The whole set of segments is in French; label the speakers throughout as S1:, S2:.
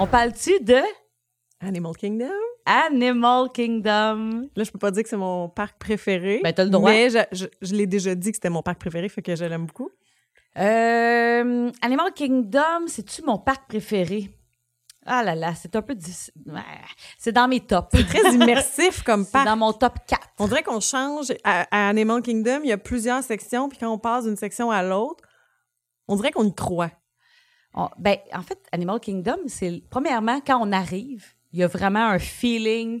S1: On parle-tu de
S2: Animal Kingdom.
S1: Animal Kingdom?
S2: Là, je peux pas dire que c'est mon parc préféré.
S1: Ben, t'as le droit.
S2: Mais je, je- je l'ai déjà dit que c'était mon parc préféré, fait que je l'aime beaucoup.
S1: Euh, Animal Kingdom, c'est-tu mon parc préféré? Ah là là, c'est un peu... difficile. Ouais, C'est dans mes tops.
S2: Très immersif comme
S1: C'est
S2: parc.
S1: dans mon top 4.
S2: On dirait qu'on change. À, à Animal Kingdom, il y a plusieurs sections, puis quand on passe d'une section à l'autre, on dirait qu'on y croit.
S1: On- ben, en fait, Animal Kingdom, c'est premièrement quand on arrive, il y a vraiment un feeling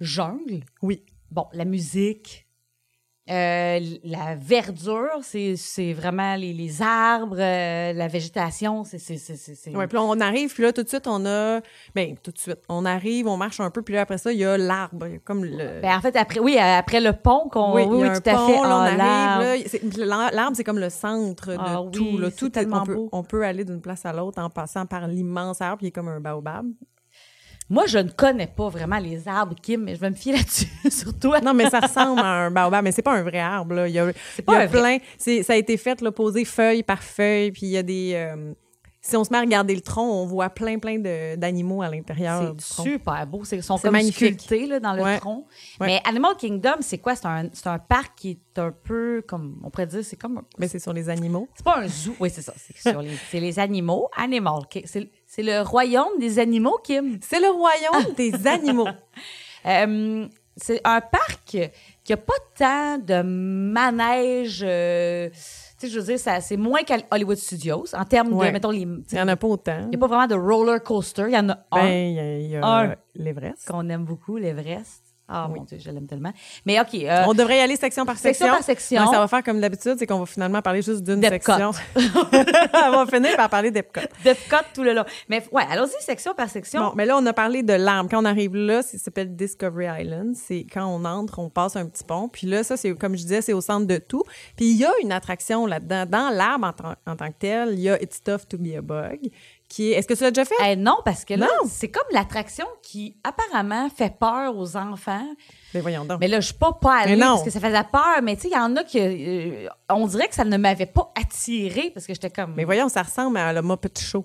S1: jungle.
S2: Oui.
S1: Bon, la musique, euh, la verdure, c'est c'est vraiment les, les arbres, euh, la végétation, c'est c'est c'est c'est- c'est-
S2: Ouais, puis là, on arrive, puis là, tout de suite, on a. Ben, tout de suite. On arrive, on marche un peu, puis là, après ça, il y a l'arbre. Il y a Comme le.
S1: Ben, en fait après oui euh, après le pont qu'on oui,
S2: il y a
S1: oui,
S2: un
S1: tout à
S2: pont,
S1: fait
S2: là, on
S1: Ah,
S2: arrive,
S1: l'arbre.
S2: là, c'est- puis l'ar- l'arbre, c'est comme le centre de
S1: Ah oui,
S2: tout. Là,
S1: c'est
S2: tout est-
S1: tellement
S2: on, peut,
S1: beau.
S2: on peut aller d'une place à l'autre en passant par l'immense arbre, qui est comme un baobab.
S1: Moi je ne connais pas vraiment les arbres Kim, mais je vais me fier là-dessus sur toi.
S2: Non, mais ça ressemble à un baobab, mais c'est pas un vrai arbre. Là. Il y a,
S1: pas
S2: il y a
S1: un vrai.
S2: plein. c'est- Ça a été fait, là, posé feuille par feuille, puis il y a des. euh, si on se met à regarder le tronc, on voit plein, plein de- d'animaux à l'intérieur euh, du
S1: C'est
S2: tronc.
S1: super beau. C'est- Ils sont
S2: C'est
S1: comme
S2: magnifique.
S1: sculptés là, dans le
S2: Ouais.
S1: tronc.
S2: Ouais.
S1: Mais Animal Kingdom, c'est quoi? C'est un, c'est un parc qui est un peu comme, on pourrait dire, c'est comme, un-
S2: Mais c'est sur les animaux.
S1: c'est pas un zoo. Oui, c'est ça. C'est sur les, c'est les animaux. Animal Ki- c'est- C'est le royaume des animaux, Kim.
S2: C'est le royaume des animaux.
S1: Euh, c'est un parc qui a pas tant de manège. euh, tu sais, je veux dire, ça- c'est moins qu'à Hollywood Studios en termes de,
S2: Ouais.
S1: mettons, les.
S2: Il y en a pas autant.
S1: Il n'y a pas vraiment de roller coaster. Il y en a un.
S2: Ben, il y a, il y a,
S1: Un.
S2: euh, l'Everest.
S1: qu'on aime beaucoup, l'Everest. Ah
S2: Oui.
S1: mon Dieu, je l'aime tellement. Mais OK, euh,
S2: On devrait y aller section par section.
S1: section par section.
S2: Ouais, ça va faire comme d'habitude, c'est qu'on va finalement parler juste d'une
S1: D'Epcot.
S2: section. on va finir par parler d'Epcot.
S1: D'Epcot tout le long. Mais ouais, allons-y section par section.
S2: Bon, mais là, on a parlé de l'arbre. Quand on arrive là, c'est- ça s'appelle Discovery Island. C'est quand on entre, on passe un petit pont. Puis là, ça, c'est comme je disais, c'est au centre de tout. Puis il y a une attraction là-dedans. Dans l'arbre en, tant- en tant que tel, il y a It's Tough to Be a Bug. Qui est... Est-ce que tu l'as déjà fait?
S1: Eh non, parce que là,
S2: Non.
S1: c'est comme l'attraction qui apparemment fait peur aux enfants.
S2: Ben voyons donc.
S1: Mais là, je suis pas pas allée
S2: Mais non.
S1: parce que ça faisait peur. Mais tu sais, il y en a qui, euh, on dirait que ça ne m'avait pas attirée parce que j'étais comme,
S2: Mais voyons, ça ressemble à le Muppet Show.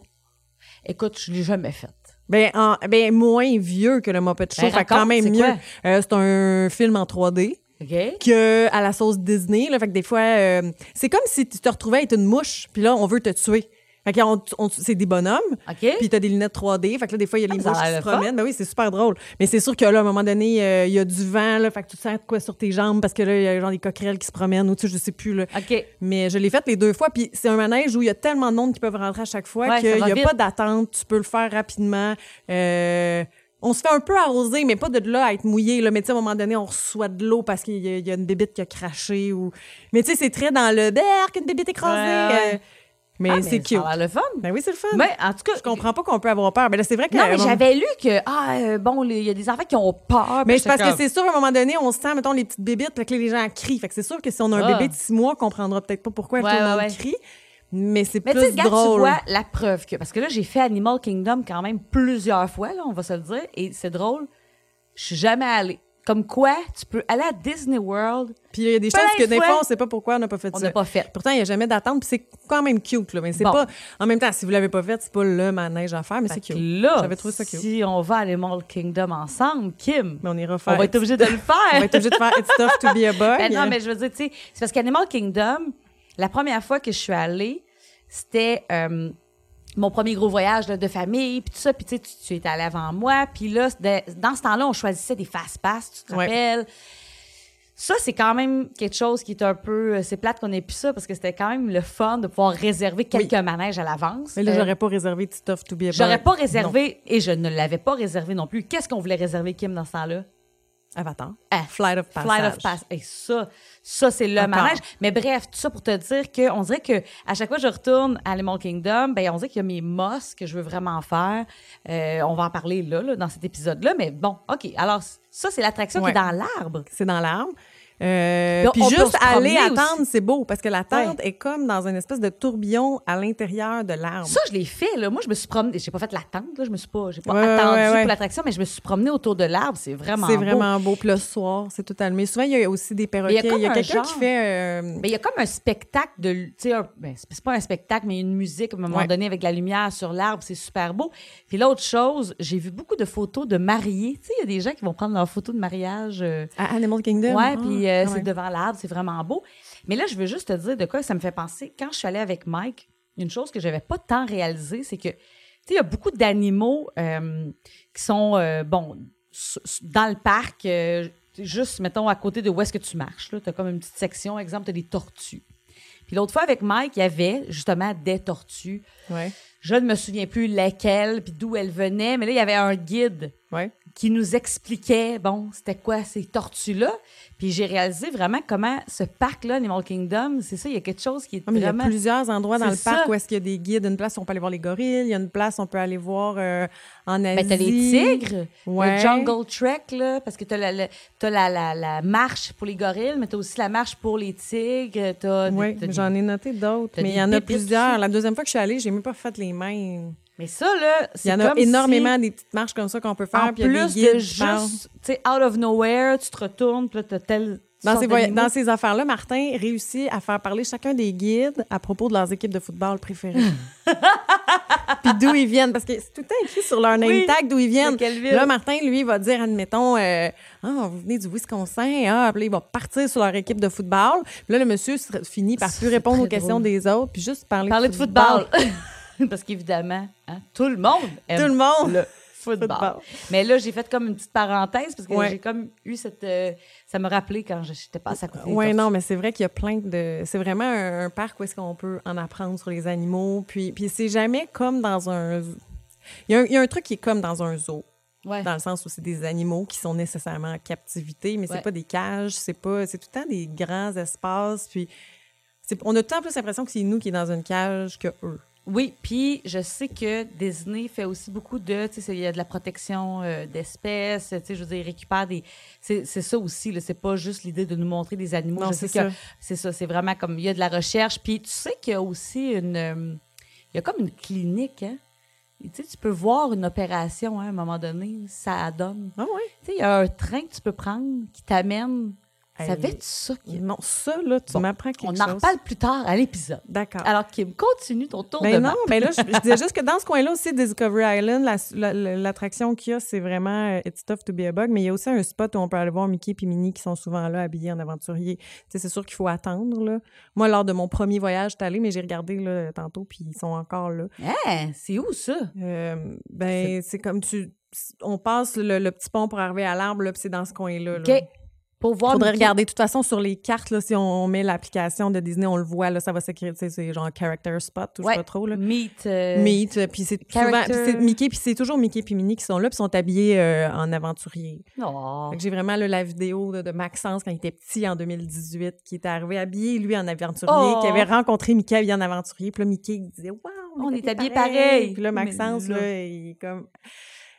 S1: écoute, je l'ai jamais faite.
S2: Ben, en- ben, moins vieux que le Muppet Show.
S1: Ben,
S2: fait quand
S1: raconte,
S2: même
S1: c'est
S2: mieux.
S1: quoi?
S2: Euh, c'est un film en 3D.
S1: Ok.
S2: que à la sauce Disney. Là, fait que des fois, euh, c'est comme si tu te retrouvais à être une mouche, puis là, on veut te tuer. Fait que on- on- c'est des bonhommes,
S1: OK. Ah,
S2: puis t'as des lunettes 3D. Fait que là, des fois, il y a les
S1: ça a
S2: mouches qui
S1: l'air
S2: se
S1: le fun.
S2: promènent. Ben oui, c'est super drôle. Mais c'est sûr que là, à un moment donné, euh, il y a du vent, là, fait que tu te sens de quoi sur tes jambes parce que là, il y a genre des coquerelles qui se promènent ou tu sais, je sais plus. Là.
S1: OK.
S2: Mais je l'ai fait les deux fois, puis c'est un manège où il y a tellement de monde qui peuvent rentrer à chaque fois
S1: Ouais, ça
S2: qu'il
S1: va
S2: n'y a
S1: vite.
S2: pas d'attente, tu peux le faire rapidement. Euh, on se fait un peu arroser, mais pas de là à être mouillé. Là. Mais tu sais, à un moment donné, on reçoit de l'eau parce qu'il y, a- il y a une bébite qui a craché. Ou... Mais tu sais, c'est très dans le berk, une bébite écrasée.
S1: Ouais, ouais.
S2: euh, Mais
S1: Ah,
S2: c'est
S1: mais
S2: cute.
S1: Ça a l'air le fun.
S2: Ben oui, c'est le fun.
S1: Mais en tout cas,
S2: Je comprends pas qu'on peut avoir peur. Mais là, c'est vrai que.
S1: Non, mais
S2: euh,
S1: j'avais lu que, ah, euh, bon, il y a des enfants qui ont peur.
S2: Mais
S1: Puis
S2: c'est parce
S1: j'étais
S2: que c'est sûr, à un moment donné, on sent, mettons, les petites bébites, fait que les gens crient. Fait que c'est sûr que si on a un
S1: Ah.
S2: bébé de six mois, on comprendra peut-être pas pourquoi
S1: Ouais,
S2: tout le
S1: ouais,
S2: monde
S1: ouais.
S2: crie. Mais c'est
S1: Mais
S2: plus
S1: tu sais, regarde, tu
S2: drôle.
S1: vois la preuve que. Parce que là, j'ai fait Animal Kingdom quand même plusieurs fois, là, on va se le dire. Et c'est drôle, je suis jamais allée. Comme quoi, tu peux aller à Disney World,
S2: Puis il y a des
S1: Plein
S2: choses que
S1: de
S2: des
S1: fois,
S2: fois, on sait pas pourquoi on n'a pas fait
S1: on
S2: ça.
S1: n'a pas fait.
S2: Pourtant, il n'y a jamais d'attente, puis c'est quand même cute. Là. Mais c'est
S1: Bon.
S2: pas. En même temps, si vous l'avez pas fait, c'est pas le manège à faire, mais c'est
S1: Fait que
S2: cute.
S1: Là,
S2: J'avais trouvé ça cute.
S1: si on va à Animal Kingdom ensemble, Kim,
S2: Mais on ira faire.
S1: on va être obligé de le faire.
S2: on va être obligé de faire It's tough to be a boy.
S1: Ben non, mais je veux dire, tu sais, c'est parce qu'Animal Kingdom, la première fois que je suis allée, c'était euh, mon premier gros voyage là, de famille, puis tout ça, puis tu sais, tu tu étais allée avant moi, puis là, c'était- dans ce temps-là, on choisissait des fast-pass, tu te
S2: Ouais.
S1: rappelles? Ça, c'est quand même quelque chose qui est un peu. euh, C'est plate qu'on ait plus ça parce que c'était quand même le fun de pouvoir réserver quelques manèges à l'avance.
S2: Mais là,
S1: Euh,
S2: j'aurais pas réservé It's tough to be a boy.
S1: j'aurais pas réservé et je ne l'avais pas réservé non plus. Qu'est-ce qu'on voulait réserver, Kim, dans ce temps-là?
S2: Non. Avatar.
S1: Ah,
S2: Flight of Passage.
S1: Flight of Pass. Et ça, ça c'est le
S2: Encore.
S1: manège. Mais bref, tout ça pour te dire que on dirait que à chaque fois que je retourne à Animal Kingdom, ben on dirait qu'il y a mes mosses que je veux vraiment faire. Euh, on va en parler là, là, dans cet épisode là, mais bon, ok. Alors ça c'est l'attraction
S2: Ouais.
S1: qui est dans l'arbre.
S2: C'est dans l'arbre. Euh,
S1: Là,
S2: puis
S1: on peut
S2: juste
S1: se
S2: aller
S1: promener
S2: attendre, c'est beau, parce que la tente
S1: Ouais.
S2: est comme dans une espèce de tourbillon à l'intérieur de l'arbre.
S1: Ça, je l'ai fait, là. Moi, je me suis promenée. J'ai pas fait la tente, là. Je me suis pas, j'ai pas
S2: Ouais, ouais,
S1: attendu
S2: ouais, ouais.
S1: pour l'attraction, mais je me suis promenée autour de l'arbre. C'est vraiment
S2: C'est
S1: beau.
S2: vraiment beau. Puis le soir, c'est tout allumé. Souvent, il y a aussi des perroquets.
S1: comme
S2: Il y a
S1: un
S2: quelqu'un qui
S1: genre. Ben,
S2: fait... euh,
S1: Mais il y a comme un spectacle de. Tu sais, un- ben, c'est c'est pas un spectacle, mais une musique à un moment
S2: Ouais.
S1: donné avec de la lumière sur l'arbre. C'est super beau. Puis l'autre chose, j'ai vu beaucoup de photos de mariés. Tu sais, il y a des gens qui vont prendre leurs photos de mariage. euh,
S2: à Animal Kingdom.
S1: Ouais,
S2: Ah,
S1: puis euh,
S2: quand
S1: c'est
S2: même.
S1: devant l'arbre, c'est vraiment beau. Mais là, je veux juste te dire de quoi ça me fait penser. Quand je suis allée avec Mike, une chose que j'avais pas tant réalisée, c'est que, tu sais, il y a beaucoup d'animaux euh, qui sont, euh, bon, s- s- dans le parc, euh, juste, mettons, à côté de où est-ce que tu marches. Tu as comme une petite section, exemple, tu as des tortues. Puis l'autre fois avec Mike, il y avait justement des tortues.
S2: Ouais,
S1: Je ne me souviens plus lesquelles, puis d'où elles venaient, mais là, il y avait un guide
S2: ouais.
S1: qui nous expliquait, bon, c'était quoi ces tortues-là. Puis j'ai réalisé vraiment comment ce parc-là, Animal Kingdom, c'est ça, il y a quelque chose qui est
S2: Ah, mais il y a
S1: vraiment...
S2: plusieurs endroits dans le
S1: C'est
S2: parc
S1: ça.
S2: où est-ce qu'il y a des guides. Une place, on peut aller voir les gorilles. Il y a une place, on peut aller voir euh, en Asie.
S1: Ben, t'as les tigres,
S2: Ouais.
S1: le jungle trek, là, parce que t'as la, la, t'as la, la, la marche pour les gorilles, mais t'as aussi la marche pour les tigres, t'as... des-
S2: Oui,
S1: t'as des-
S2: j'en ai noté d'autres.
S1: t'as
S2: Mais il
S1: des
S2: y en a
S1: pépites
S2: plusieurs.
S1: aussi.
S2: La deuxième fois que je suis allée, j'ai même pas fait les mêmes.
S1: Mais ça, là,
S2: Il
S1: c'est
S2: y en a
S1: comme si,
S2: énormément des petites marches comme ça qu'on peut faire.
S1: en
S2: puis il y a
S1: plus
S2: des guides
S1: de
S2: qui parlent.
S1: juste, tu sais, out of nowhere, tu te retournes, puis là, t'as tel...
S2: Dans
S1: sorte
S2: ces, voy-
S1: d'animaux.
S2: dans ces affaires-là, Martin réussit à faire parler chacun des guides à propos de leurs équipes de football préférées. Puis d'où ils viennent, parce que c'est tout le temps écrit sur leur name
S1: Oui,
S2: tag d'où ils viennent.
S1: de quelle ville.
S2: Là, Martin, lui, va dire, admettons, euh, Ah, vous venez du Wisconsin, ah, puis là, il va partir sur leur équipe de football. Puis là, le monsieur se- finit par
S1: Ça,
S2: plus
S1: c'est
S2: répondre aux
S1: très
S2: questions
S1: drôle.
S2: des autres, puis juste parler,
S1: Parler de football. Parce qu'évidemment, hein, tout le monde aime
S2: Tout le monde.
S1: le football.
S2: Football.
S1: Mais là, j'ai fait comme une petite parenthèse parce que
S2: Ouais.
S1: j'ai comme eu cette. euh, ça me rappelait quand je- j'étais passée à côté. des
S2: Oui,
S1: tortues.
S2: non, mais c'est vrai qu'il y a plein de. C'est vraiment un, un parc où est-ce qu'on peut en apprendre sur les animaux. Puis, puis c'est jamais comme dans un. zoo. Il y, a un, il y a un truc qui est comme dans un zoo,
S1: Ouais.
S2: dans le sens où c'est des animaux qui sont nécessairement en captivité, mais c'est
S1: Ouais.
S2: pas des cages, c'est pas. C'est tout le temps des grands espaces. Puis c'est- on a tout le temps plus l'impression que c'est nous qui est dans une cage que eux.
S1: Oui, puis je sais que Disney fait aussi beaucoup de, tu sais, c'est- il y a de la protection euh, d'espèces, tu sais, je veux dire, ils récupèrent des, c'est c'est ça aussi, là, c'est pas juste l'idée de nous montrer des animaux.
S2: Non,
S1: je sais
S2: c'est
S1: que
S2: ça.
S1: c'est ça, c'est vraiment comme il y a de la recherche, puis tu sais qu'il y a aussi une, euh, il y a comme une clinique, hein. Tu sais, tu peux voir une opération hein, à un moment donné, ça donne.
S2: Ah ouais.
S1: Tu sais, il y a un train que tu peux prendre qui t'amène.
S2: Hey,
S1: Savais-tu ça? qu'il y a-
S2: Non, ça, là, tu
S1: Bon,
S2: m'apprends quelque
S1: On
S2: chose.
S1: en reparle plus tard à l'épisode.
S2: D'accord.
S1: Alors, Kim, continue ton tour
S2: Ben
S1: de
S2: non,
S1: map.
S2: mais là, je, je disais juste que dans ce coin-là aussi, Discovery Island, la- la- l'attraction qu'il y a, c'est vraiment euh, It's tough to be a bug, mais il y a aussi un spot où on peut aller voir Mickey et Minnie qui sont souvent là, habillés en aventurier. Tu sais, c'est sûr qu'il faut attendre, là. Moi, lors de mon premier voyage, j'étais allée, mais j'ai regardé, là, tantôt, puis ils sont encore là.
S1: Hein, c'est où ça?
S2: Euh, ben, c'est comme tu... On passe le, le petit pont pour arriver à l'arbre, là, puis c'est dans ce coin-là. là.
S1: OK. Pour voir.
S2: Faudrait
S1: Mickey.
S2: regarder. De toute façon, sur les cartes, là, si on, on met l'application de Disney, on le voit, là, ça va s'écrire, tu sais, c'est genre character spot, ou je
S1: Ouais.
S2: sais pas trop, là.
S1: Meet. euh,
S2: Meet, euh, puis c'est souvent,
S1: Character.
S2: puis c'est Mickey, puis c'est toujours Mickey puis Minnie qui sont là, puis sont habillés euh, en aventurier.
S1: Non.
S2: Fait que J'ai vraiment là, la vidéo là, de Maxence quand il était petit en 2018, qui était arrivé habillé lui en aventurier,
S1: Oh!
S2: qui avait rencontré Mickey habillé en aventurier, puis là Mickey il disait waouh,
S1: On est habillés pareil!
S2: Puis là Maxence
S1: Mais
S2: là,
S1: là-
S2: il est comme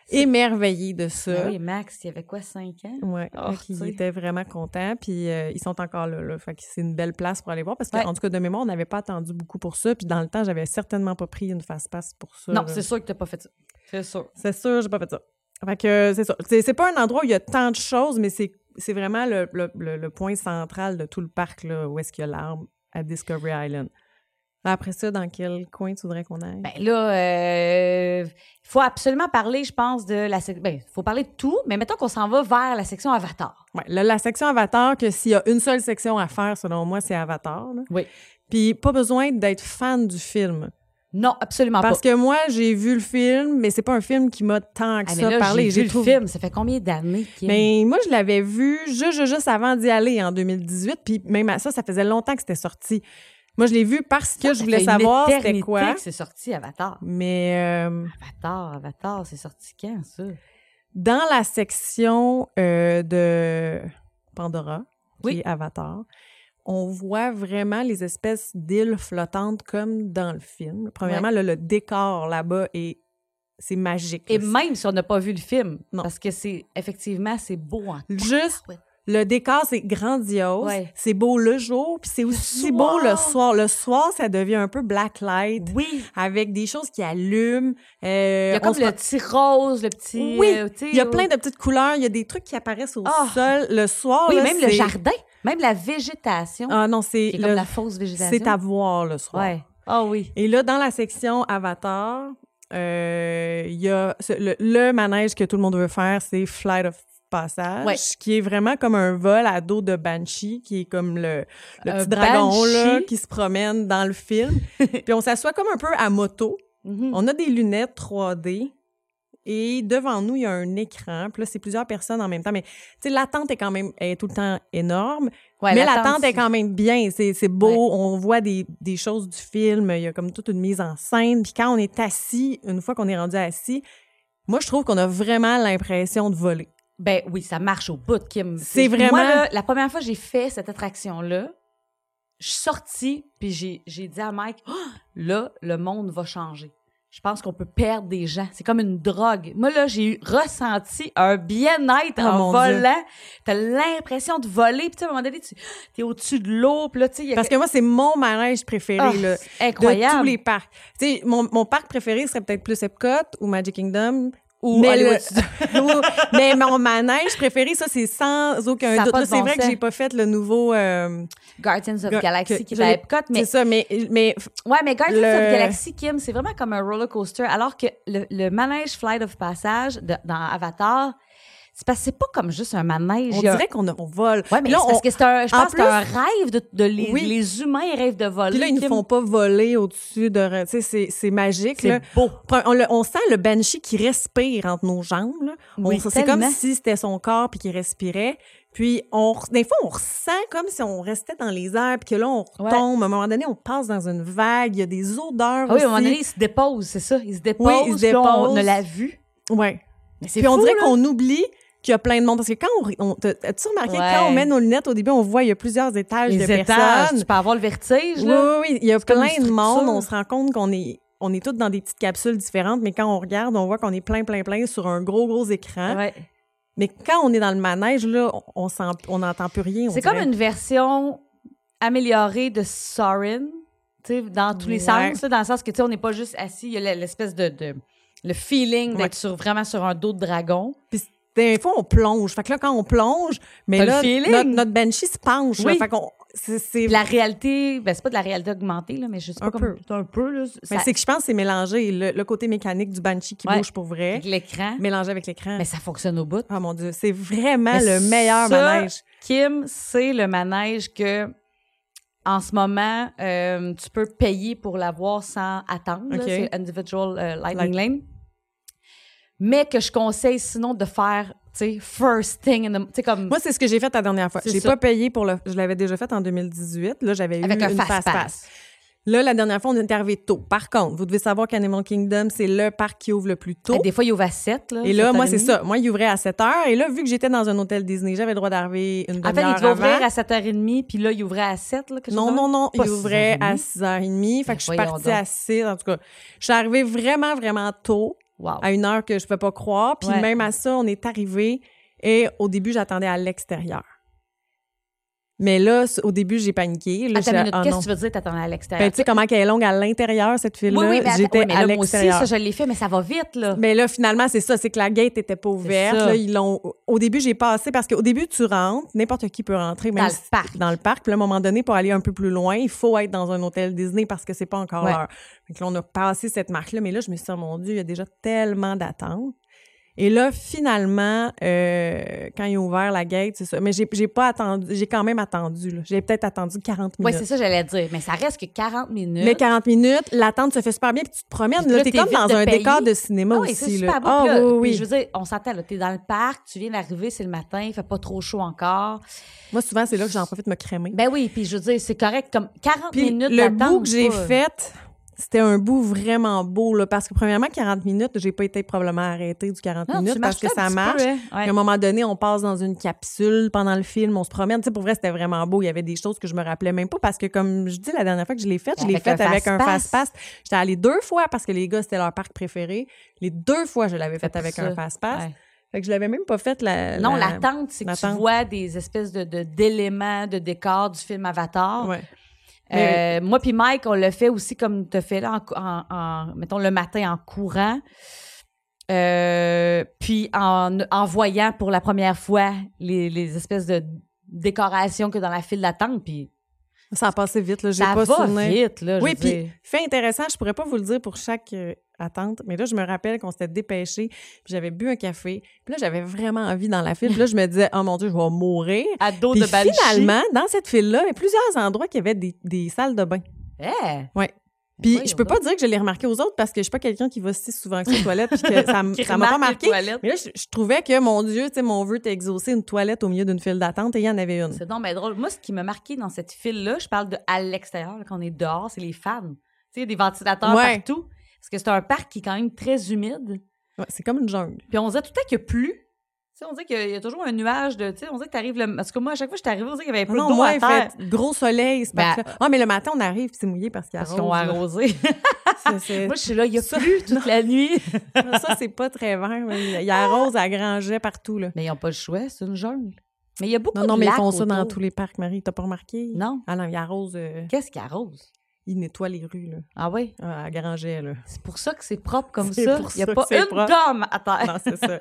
S2: émerveillé de
S1: Ah
S2: ça.
S1: oui, Max, il y avait quoi, 5 ans?
S2: Ouais,
S1: Oh, tu
S2: ils
S1: sais.
S2: étaient vraiment contents, puis euh, ils sont encore là, là. Fait que c'est une belle place pour aller voir, parce que
S1: Ouais.
S2: en tout cas, de mémoire, on n'avait pas attendu beaucoup pour ça, puis dans le temps, j'avais certainement pas pris une fast-pass pour ça.
S1: Non,
S2: là.
S1: c'est sûr que t'as pas fait ça. C'est sûr.
S2: C'est sûr, j'ai pas fait ça. Fait que euh, c'est ça. C'est c'est pas un endroit où il y a tant de choses, mais c'est c'est vraiment le, le- le- le point central de tout le parc, là, où est-ce qu'il y a l'arbre à Discovery Island. Après ça, dans quel coin tu voudrais qu'on aille?
S1: Ben là, il faut absolument parler, je pense, de la section. Ben, faut parler de tout, mais mettons qu'on s'en va vers la section Avatar.
S2: Ouais, là, la section Avatar, que s'il y a une seule section à faire, selon moi, c'est Avatar. là.
S1: Oui.
S2: Puis pas besoin d'être fan du film.
S1: Non, absolument
S2: Parce
S1: Ah, pas.
S2: que moi, j'ai vu le film, mais c'est pas un film qui m'a tant que
S1: Ah, mais
S2: ça
S1: là,
S2: parlé.
S1: j'ai vu le
S2: trouvé-
S1: film. Ça fait combien d'années qu'il
S2: Mais moi, je l'avais vu juste, juste, juste avant d'y aller en 2018. Puis même à ça, ça faisait longtemps que c'était sorti. Moi, je l'ai vu parce que je voulais savoir c'était quoi.
S1: que c'est sorti Avatar.
S2: Mais euh,
S1: Avatar, Avatar, c'est sorti quand, ça?
S2: dans la section euh, de Pandora, qui
S1: Oui.
S2: est Avatar, on voit vraiment les espèces d'îles flottantes comme dans le film. Premièrement, là, le décor là-bas est c'est magique.
S1: Et
S2: là.
S1: même si on n'a pas vu le film,
S2: Non.
S1: parce que c'est effectivement c'est beau en
S2: Juste
S1: tabarouette.
S2: Le décor, c'est grandiose.
S1: Ouais.
S2: C'est beau le jour, puis c'est aussi
S1: soir.
S2: beau le soir. Le soir, ça devient un peu black light,
S1: Oui.
S2: avec des choses qui allument. Euh,
S1: Il y a comme le petit rose, le petit.
S2: Oui,
S1: euh, tu sais,
S2: il y a
S1: euh,
S2: plein de petites couleurs, il y a des trucs qui apparaissent au
S1: Ah.
S2: sol le soir.
S1: Oui,
S2: là,
S1: même le
S2: c'est-
S1: jardin, même la végétation.
S2: Ah non, c'est
S1: qui est
S2: le-
S1: comme la fausse végétation.
S2: c'est à voir le soir.
S1: Ouais. Ah oui.
S2: Et là, dans la section Avatar, euh, il y a ce- le, le manège que tout le monde veut faire, c'est Flight of Passage,
S1: Ouais.
S2: qui est vraiment comme un vol à dos de Banshee, qui est comme le, le
S1: Un
S2: petit dragon là,
S1: Euh, Banshee.
S2: qui se promène dans le film. Puis on s'assoit comme un peu à moto.
S1: Mhm.
S2: On a des lunettes 3D. Et devant nous, il y a un écran. Puis là, c'est plusieurs personnes en même temps. Mais tu sais, l'attente est quand même elle est tout le temps énorme.
S1: Ouais,
S2: mais l'attente est
S1: c'est-
S2: quand même bien. C'est c'est beau. On voit des, des choses du film. Il y a comme toute une mise en scène. Puis quand on est assis, une fois qu'on est rendu assis, moi, je trouve qu'on a vraiment l'impression de voler.
S1: Ben oui, ça marche au bout, Kim.
S2: C'est vraiment-
S1: Moi, là, la première fois que j'ai fait cette attraction-là, je suis sortie, puis j'ai, j'ai dit à Mike, Ah, là, le monde va changer. Je pense qu'on peut perdre des gens. C'est comme une drogue. Moi, là, j'ai eu ressenti un bien-être
S2: Oh,
S1: en
S2: mon Dieu.
S1: volant. T'as l'impression de voler. Puis, tu sais, à un moment donné, tu es au-dessus de l'eau. Puis là, tu sais, il y a
S2: Parce que moi, c'est mon manège préféré.
S1: Ah,
S2: là.
S1: c'est incroyable.
S2: De tous les parcs. Tu sais, mon, mon parc préféré serait peut-être plus Epcot ou Magic Kingdom. Ou mais,
S1: Hollywood
S2: le- ou- mais mon manège préféré, ça, c'est sans aucun
S1: Ça a
S2: doute.
S1: pas
S2: Là,
S1: de
S2: c'est
S1: bon
S2: vrai que
S1: sens.
S2: j'ai pas fait le nouveau... euh,
S1: Guardians of
S2: Ga-
S1: Galaxy
S2: que-
S1: qui
S2: je
S1: est à
S2: l'ai-
S1: Epcot. Mais
S2: C'est ça, mais, mais
S1: Ouais, mais Guardians of
S2: Le-
S1: the Galaxy, Kim, c'est vraiment comme un roller coaster. Alors que le, le manège Flight of Passage de- dans Avatar, c'est parce que c'est pas comme juste un manège.
S2: on
S1: il y a-
S2: dirait qu'on a- on vole.
S1: Ouais, mais
S2: Là,
S1: c'est parce
S2: on-
S1: que c'est un, je
S2: en
S1: pense que c'est un
S2: plus-
S1: rêve de, de les,
S2: Oui.
S1: les humains rêvent de voler.
S2: Puis là, ils ne
S1: Kim.
S2: font pas voler au-dessus de. Tu sais, c'est- c'est magique. Là.
S1: c'est beau.
S2: Pre- On, le- on sent le banshee qui respire entre nos jambes. là. On-
S1: Oui,
S2: c'est comme
S1: tellement.
S2: si c'était son corps puis qu'il respirait. Puis on, re- des fois, on ressent comme si on restait dans les airs puis que là, on
S1: Ouais.
S2: retombe. À un moment donné, on passe dans une vague. Il y a des odeurs
S1: Ah oui, à un moment
S2: aussi.
S1: donné, ils se déposent, c'est ça. Ils se déposent,
S2: Oui, ils se
S1: puis on- on
S2: déposent.
S1: a la vue.
S2: Ouais.
S1: Mais c'est
S2: Puis on
S1: fou,
S2: dirait
S1: là.
S2: qu'on oublie qu'il y a plein de monde. Parce que quand on... on t'as- As-tu remarqué,
S1: Ouais.
S2: quand on met nos lunettes, au début, on voit il y a plusieurs étages
S1: les
S2: de
S1: étages,
S2: personnes.
S1: tu peux avoir le vertige.
S2: Oui,
S1: Là.
S2: oui, oui. Il y a
S1: comme une
S2: plein de monde.
S1: structure.
S2: On se rend compte qu'on est, on est tous dans des petites capsules différentes, mais quand on regarde, on voit qu'on est plein, plein, plein sur un gros, gros écran.
S1: Ouais.
S2: Mais quand on est dans le manège, là, on- on sent- on n'entend plus rien. on
S1: C'est comme
S2: dirait.
S1: une version améliorée de Sorin, tu sais, dans tous les
S2: Ouais.
S1: sens, là, dans le sens que, tu sais, on n'est pas juste assis, il y a le- l'espèce de, de- le feeling d'être
S2: Ouais.
S1: sur, vraiment sur un dos de dragon.
S2: Puis des fois, on plonge. Fait que là, quand on plonge, mais
S1: T'as
S2: là,
S1: le feeling.
S2: notre, notre banshee se penche. là.
S1: Oui.
S2: Fait qu'on- c'est- c'est-
S1: Puis la réalité, ben, c'est pas de la réalité augmentée, là, mais je sais pas
S2: Un
S1: comme... Un peu, là.
S2: mais
S1: ça-
S2: c'est que je pense que c'est mélangé. Le, le côté mécanique du banshee qui
S1: Ouais.
S2: bouge pour vrai,
S1: avec l'écran,
S2: mélangé avec l'écran.
S1: mais ça fonctionne au bout.
S2: Oh mon Dieu, c'est vraiment
S1: Mais
S2: le meilleur
S1: ça,
S2: manège.
S1: Kim, c'est le manège que, en ce moment, euh, tu peux payer pour l'avoir sans attendre. là.
S2: Ok.
S1: C'est Individual euh, Lightning
S2: Light-
S1: Lane. Mais que je conseille sinon de faire, tu sais, first thing in the... Tu sais, comme...
S2: Moi, c'est ce que j'ai fait la dernière fois.
S1: C'est
S2: J'ai
S1: ça.
S2: pas payé pour le. Je l'avais déjà fait en 2018. Là, j'avais
S1: avec
S2: eu
S1: un
S2: une
S1: fast
S2: fast-pass.
S1: pass.
S2: Là, la dernière fois, on est arrivé tôt. Par contre, vous devez savoir qu'Animal Kingdom, c'est le parc qui ouvre le plus tôt.
S1: Et Des fois, il ouvre à 7, là.
S2: Et là, moi, c'est
S1: 7h30.
S2: ça. Moi, il ouvrait à 7 heures. Et là, vu que j'étais dans un hôtel Disney, j'avais le droit d'arriver une
S1: En fait, il
S2: demi-heure
S1: devait ouvrir
S2: avant.
S1: à 7h30, puis là, il ouvrait à 7, là. quelque
S2: Non,
S1: chose
S2: non, non,
S1: Pas
S2: il ouvrait à
S1: Ben,
S2: 6h30. Fait que je suis
S1: voyons
S2: partie
S1: donc.
S2: à 6. En tout cas, je suis arrivée vraiment, vraiment tôt,
S1: comme ça. Wow.
S2: à une heure que je ne peux pas croire. Puis
S1: Ouais.
S2: même à ça, on est arrivé. Et au début, j'attendais à l'extérieur. Mais là, au début, j'ai paniqué. Là,
S1: Attends
S2: j'ai-
S1: une minute,
S2: ah
S1: qu'est-ce
S2: non.
S1: que tu veux dire t'attendais à l'extérieur?
S2: Ben, tu sais comment qu'elle est longue à l'intérieur, cette file-là.
S1: oui, oui, mais, attends,
S2: J'étais
S1: oui, mais
S2: à
S1: là, moi aussi, ça,
S2: l'extérieur.
S1: je l'ai fait, mais ça va vite, là.
S2: Mais là, finalement, c'est ça, c'est que la gate était pas ouverte.
S1: ça.
S2: Là, ils l'ont... Au début, j'ai passé parce qu'au début, tu rentres, n'importe qui peut rentrer, même
S1: Dans
S2: si-
S1: le parc.
S2: Dans le parc. Puis là, à un moment donné, pour aller un peu plus loin, il faut être dans un hôtel Disney parce que c'est pas encore
S1: Ouais.
S2: l'heure. Donc là, on a passé cette marque-là, mais là, je me suis dit, Oh, mon Dieu, il y a déjà tellement d'attentes. Et là, finalement, euh, quand ils ont ouvert la gate, c'est ça. Mais j'ai, j'ai pas attendu, j'ai quand même attendu. là. J'ai peut-être attendu 40
S1: Oui,
S2: minutes.
S1: c'est ça, j'allais dire. Mais ça reste que 40 minutes.
S2: Mais 40 minutes, l'attente se fait super bien, puis tu te promènes.
S1: Puis
S2: Là,
S1: là,
S2: t'es
S1: t'es
S2: comme
S1: vite
S2: dans
S1: de
S2: un
S1: payer.
S2: décor de cinéma
S1: Ah oui, c'est
S2: aussi. là.
S1: super beau.
S2: Ah
S1: Puis là,
S2: oui, oui.
S1: puis je veux dire, on s'entend, là, t'es dans le parc, tu viens d'arriver, c'est le matin, il fait pas trop chaud encore.
S2: Moi, souvent, c'est là que j'en profite de me crémer.
S1: Ben oui, puis je veux dire, c'est correct, comme 40
S2: Puis
S1: minutes
S2: le
S1: d'attente.
S2: bout que j'ai
S1: pas-
S2: fait, c'était un bout vraiment beau, là, parce que premièrement, 40 minutes, j'ai pas été probablement arrêtée du 40
S1: Non, tu
S2: minutes
S1: marches
S2: parce que
S1: là un
S2: ça
S1: petit
S2: marche.
S1: peu, hein. Ouais.
S2: Puis À un moment donné, on passe dans une capsule pendant le film, on se promène. Tu sais, pour vrai, c'était vraiment beau. Il y avait des choses que je me rappelais même pas parce que, comme je dis, la dernière fois que je l'ai faite, je l'ai
S1: Avec
S2: faite
S1: un
S2: avec un
S1: fast-pass.
S2: fast-pass. J'étais allée deux fois parce que les gars, c'était leur parc préféré. Les deux fois, je l'avais faite
S1: pour
S2: avec
S1: ça.
S2: un fast-pass.
S1: Ouais.
S2: Fait que je l'avais même pas faite la.
S1: Non, l'attente, c'est que tu
S2: euh, l'attente.
S1: vois des espèces de de- d'éléments, de, décors du film Avatar.
S2: Ouais.
S1: Euh, moi puis Mike, on le fait aussi comme tu fait là, en cou- en, en- mettons le matin en courant, Euh, puis en, en voyant pour la première fois les, les espèces de décorations que dans la file d'attente, puis
S2: Ça a passé vite, là. J'ai
S1: ça
S2: pas
S1: va
S2: souvenir.
S1: vite là. je
S2: Oui,
S1: veux
S2: puis
S1: dire.
S2: fait intéressant, je pourrais pas vous le dire pour chaque euh, attente, mais là, je me rappelle qu'on s'était dépêché, puis j'avais bu un café, puis là, j'avais vraiment envie dans la file, puis là, je me disais, oh mon Dieu, je vais mourir.
S1: à dos
S2: Puis
S1: de banshee.
S2: finalement, dans cette file-là, il y a plusieurs endroits qui avaient des, des salles de bain.
S1: Eh!
S2: Ouais. Puis
S1: Voyons
S2: je peux pas dire que je l'ai remarqué aux autres parce que je suis pas quelqu'un qui va si souvent que sur toilette, puis que ça m-
S1: Qui
S2: ça m'a pas
S1: remarque les
S2: marqué.
S1: toilettes.
S2: Mais là, je, je trouvais que, mon Dieu, tu sais, mon vœu était exaucé une toilette au milieu d'une file d'attente et il y en avait une.
S1: C'est donc ben drôle. Moi, ce qui m'a marqué dans cette file-là, je parle de à l'extérieur, là, quand on est dehors, c'est les fans. Tu sais, des ventilateurs
S2: Ouais.
S1: partout. Parce que c'est un parc qui est quand même très humide.
S2: Ouais, c'est comme une jungle.
S1: Puis on disait tout le temps qu'il n'y a plus. Tu sais, on disait qu'il y a toujours un nuage de. Tu sais, on disait que t'arrives le. Parce que moi, à chaque fois que je suis arrivée, on disait qu'il y avait un peu
S2: Non,
S1: d'eau
S2: moi,
S1: à
S2: il
S1: terre.
S2: fait gros soleil. c'est
S1: Ben,
S2: parfait. Ah, mais le matin, on arrive, puis c'est mouillé parce qu'il
S1: Parce
S2: arrose.
S1: qu'on a
S2: là.
S1: arrosé.
S2: C'est- c'est-
S1: moi, je suis là, il n'y a plus toute la nuit.
S2: ça, c'est pas très vert. mais Il arrose à grand jet partout, là.
S1: Mais ils n'ont pas le choix, c'est une jungle. Mais il y a beaucoup
S2: Non, non,
S1: de
S2: mais ils
S1: lacs
S2: font ça dans
S1: autour.
S2: tous les parcs, Marie. T'as pas remarqué?
S1: Non.
S2: Ah non, ils arrosent, euh,
S1: Qu'est-ce qui arrose?
S2: ils nettoient les rues, là,
S1: Ah oui,
S2: à grand jet, là.
S1: c'est pour ça que c'est propre comme
S2: C'est
S1: ça.
S2: pour
S1: Il n'y a
S2: ça
S1: pas
S2: que c'est
S1: une
S2: propre.
S1: gomme à terre.
S2: Non, c'est ça.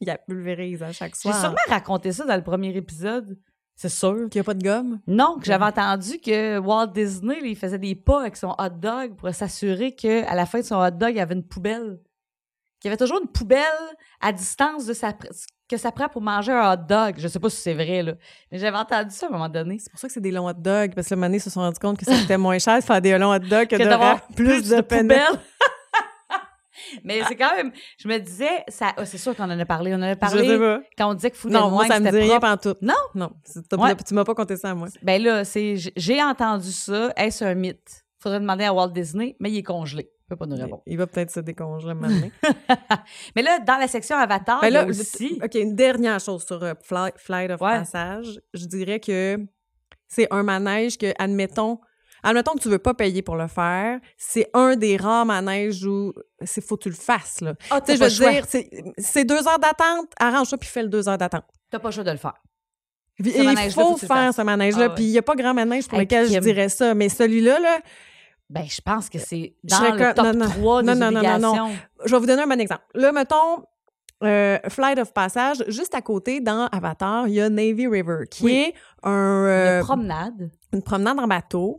S2: Il la pulvérise à chaque
S1: J'ai
S2: soir.
S1: sûrement raconté ça dans le premier épisode. C'est sûr.
S2: qu'il n'y a pas de gomme.
S1: Non, que j'avais entendu que Walt Disney, là, il faisait des pas avec son hot dog pour s'assurer qu'à la fin de son hot dog, il y avait une poubelle. Qu'il y avait toujours une poubelle à distance de sa pr- que ça prend pour manger un hot dog. Je sais pas si c'est vrai, là. Mais j'avais entendu ça à un moment donné.
S2: C'est pour ça que c'est des longs hot dogs, parce que le moment donné, ils se sont rendus compte que ça coûtait moins cher de faire des longs hot dogs que,
S1: Que
S2: de
S1: d'avoir
S2: ra- plus de peine.
S1: Mais c'est quand même. Je me disais, ça, ah, c'est sûr qu'on en a parlé. On en a
S2: Je sais
S1: parlé
S2: pas.
S1: quand on disait que Food
S2: Non,
S1: and
S2: moi,
S1: Wine,
S2: ça me dit
S1: c'était
S2: rien
S1: propre.
S2: pantoute.
S1: Non?
S2: Non. c'est- t'as-
S1: Ouais.
S2: Tu m'as pas compté ça à moi.
S1: Ben là, c'est j- j'ai entendu ça. Est-ce un mythe? Faudrait demander à Walt Disney, mais il est congeler. Il peut pas nous répondre.
S2: Il va peut-être se décongeler un moment donné.
S1: Mais là, dans la section Avatar,
S2: Ben
S1: Ah, il y a
S2: là,
S1: aussi...
S2: OK, une dernière chose sur euh, Fly- Flight of
S1: Ouais.
S2: Passage. Je dirais que c'est un manège que, admettons, admettons que tu veux pas payer pour le faire, c'est un des rares manèges où c'est faut que tu le fasses, là.
S1: Ah,
S2: Tu sais,
S1: t'as
S2: je veux
S1: pas, le choix.
S2: dire, c'est- c'est deux heures d'attente, arrange-toi puis fais le deux heures d'attente.
S1: T'as pas le choix de le faire.
S2: Puis
S1: Ce
S2: il
S1: manège-là, faut
S2: faut
S1: que tu le
S2: faire
S1: fasses.
S2: ce manège-là.
S1: Ah ouais.
S2: Puis il n'y a pas grand manège pour
S1: Hey,
S2: lequel je
S1: Kim.
S2: dirais ça. Mais celui-là, là,
S1: Ben, je pense que c'est
S2: Je
S1: dans
S2: serais
S1: le
S2: comme-
S1: top
S2: non, non.
S1: 3 des
S2: Non, non, non, non,
S1: obligations.
S2: non. je vais vous donner un bon exemple. Là, mettons, euh, Flight of Passage, juste à côté, dans Avatar, il y a Navy River, qui
S1: Oui.
S2: est
S1: Il
S2: un,
S1: y a
S2: euh,
S1: promenade.
S2: une promenade en bateau.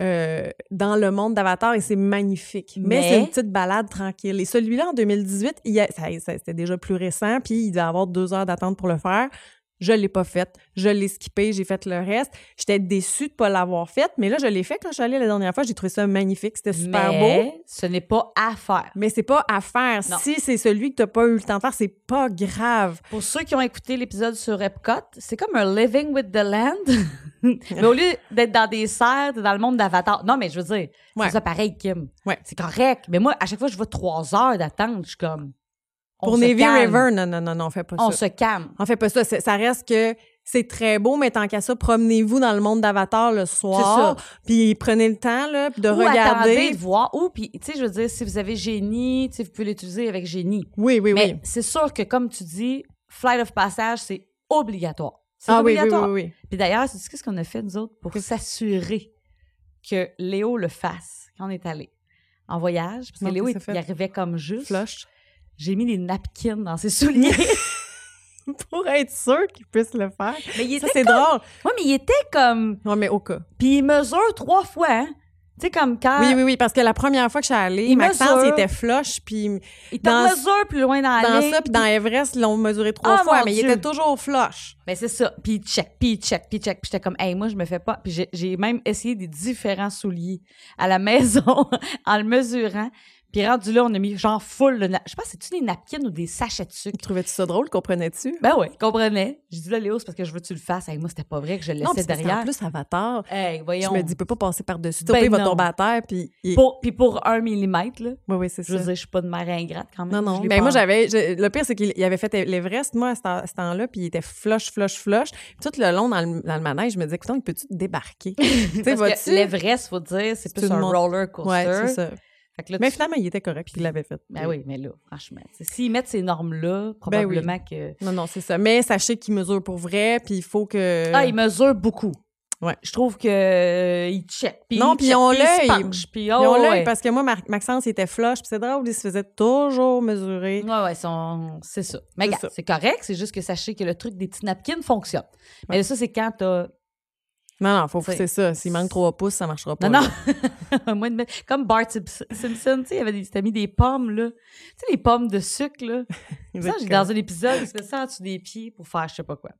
S2: euh, dans le monde d'Avatar et c'est magnifique. Mais,
S1: Mais-
S2: c'est une petite balade tranquille. Et celui-là, en 2018, il y a- ça- ça- c'était déjà plus récent, puis il devait avoir deux heures d'attente pour le faire. Je l'ai pas fait. Je l'ai skippé, j'ai fait le reste. J'étais déçue de pas l'avoir fait, mais là, je l'ai fait quand je suis allée la dernière fois. J'ai trouvé ça magnifique. C'était super beau.
S1: mais ce n'est pas à faire.
S2: Mais c'est pas à faire.
S1: Non.
S2: Si c'est celui que t'as pas eu le temps de faire, c'est pas grave.
S1: Pour ceux qui ont écouté l'épisode sur Epcot, c'est comme un living with the land. mais au lieu d'être dans des serres, t'es dans le monde d'Avatar. Non, mais je veux dire,
S2: Ouais.
S1: c'est ça pareil, Kim.
S2: Ouais.
S1: C'est correct. Mais moi, à chaque fois, je vois trois heures d'attente. Je suis comme... on
S2: Pour
S1: se
S2: Navy
S1: calme.
S2: River, non, non, non, non, on fait pas
S1: On
S2: ça.
S1: se calme.
S2: On fait pas ça. C'est- Ça reste que c'est très beau, mais tant qu'à ça, promenez-vous dans le monde d'Avatar le soir. Puis prenez le temps là, de
S1: Ou attendez
S2: regarder.
S1: de voir. Ou, puis, tu sais, je veux dire, si vous avez génie, tu sais, vous pouvez l'utiliser avec génie.
S2: Oui, oui,
S1: Mais
S2: oui.
S1: c'est sûr que, comme tu dis, Flight of Passage, c'est obligatoire. C'est
S2: Ah oui, oui, oui,
S1: obligatoire.
S2: oui.
S1: Puis d'ailleurs, c'est ce qu'on a fait, nous autres, pour s'assurer que Léo le fasse quand on est allé en voyage. Parce que
S2: Non,
S1: Léo,
S2: qu'est-ce
S1: il,
S2: que ça fait?
S1: il arrivait comme juste.
S2: Flush.
S1: J'ai mis des napkins dans ses souliers.
S2: Pour être sûr qu'ils puissent le faire.
S1: mais il
S2: Ça,
S1: était
S2: c'est
S1: comme...
S2: drôle.
S1: Ouais, mais il était comme...
S2: Non, mais au cas.
S1: Puis il mesure trois fois, hein. Tu sais, comme quand
S2: Oui, oui, oui, parce que la première fois que je suis allée,
S1: Ah. Il
S2: Maxence,
S1: mesure.
S2: il était flush, puis
S1: il te
S2: dans-
S1: mesure plus loin dans, la
S2: dans
S1: ligne,
S2: ça, puis dans Everest, ils l'ont mesuré trois
S1: Ah,
S2: fois,
S1: mon
S2: mais il
S1: Dieu.
S2: était toujours flush.
S1: Mais c'est ça. Puis il check, puis il check, puis il check. Puis j'étais comme, hey, moi, je me fais pas. Puis j'ai- j'ai même essayé des différents souliers à la maison en le mesurant. Puis rendu là, on a mis genre full. Le na- je pense, c'est-tu des napkins ou des sachets de sucre?
S2: Trouvais-tu ça drôle? Comprenais-tu?
S1: Ben ouais, comprenais. J'ai dit là, Léo, c'est parce que je veux que tu le fasses. Hey, moi, c'était pas vrai que je le
S2: Non,
S1: laissais
S2: parce que en
S1: derrière.
S2: plus, Avatar,
S1: Hey,
S2: je
S1: voyons.
S2: me dis, il peut pas passer par-dessus.
S1: Ben
S2: Au pire, il va
S1: non.
S2: tomber à terre, puis... il-
S1: Pour, puis pour un millimètre, là,
S2: Oui, oui, c'est
S1: je
S2: ça.
S1: veux dire, je suis pas de mère ingrate quand même. Je
S2: Non, non.
S1: l'ai
S2: Mais
S1: pas
S2: moi,
S1: en-
S2: j'avais. je- Le pire, c'est qu'il il avait fait l'Everest, moi, à ce temps- ce temps-là, puis il était flush, flush, flush. Puis tout le long, dans le, dans le manège, je me disais, écoute, peux-tu te débarquer? tu sais,
S1: Parce que
S2: vas-tu?
S1: l'Everest, faut dire, c'est
S2: Tout
S1: plus
S2: le
S1: un
S2: monde-
S1: roller coaster.
S2: Ouais, c'est ça.
S1: Fait que là,
S2: Mais
S1: tu-
S2: finalement, il était correct, puis il l'avait fait.
S1: Ben oui, mais là, franchement, tu sais, s'ils mettent ces normes-là,
S2: Ben oui.
S1: probablement que.
S2: Non, non, c'est ça. Mais sachez qu'il mesure pour vrai, puis il faut que.
S1: Ah, ils mesurent beaucoup.
S2: Euh, Ouais.
S1: Je trouve que euh, ils checkent. Puis
S2: Non,
S1: ils
S2: puis
S1: checkent,
S2: ils ont
S1: puis se
S2: l'œil.
S1: penchent, Puis
S2: Ils ont
S1: oh,
S2: l'œil
S1: ouais.
S2: parce que moi, Mar- Maxence, il était flush, puis c'est drôle, il se faisait toujours mesurer.
S1: Ouais, ouais, sont- c'est ça. Mais
S2: C'est
S1: regarde,
S2: ça.
S1: c'est correct, c'est juste que sachez que le truc des petits napkins fonctionne. Mais ça, c'est quand t'as.
S2: Non, non, faut
S1: C'est-
S2: c'est ça. S'il manque trois pouces, ça marchera pas.
S1: Non,
S2: là.
S1: non. Moi, de- comme Bart Sim- Simpson, tu sais, il avait des, il s'était mis des pommes, là. Tu sais, les pommes de sucre, là.
S2: Vous
S1: Ça,
S2: êtes
S1: j'ai
S2: comme-
S1: dans un épisode, il se met ça en dessous des pieds pour faire je sais pas quoi.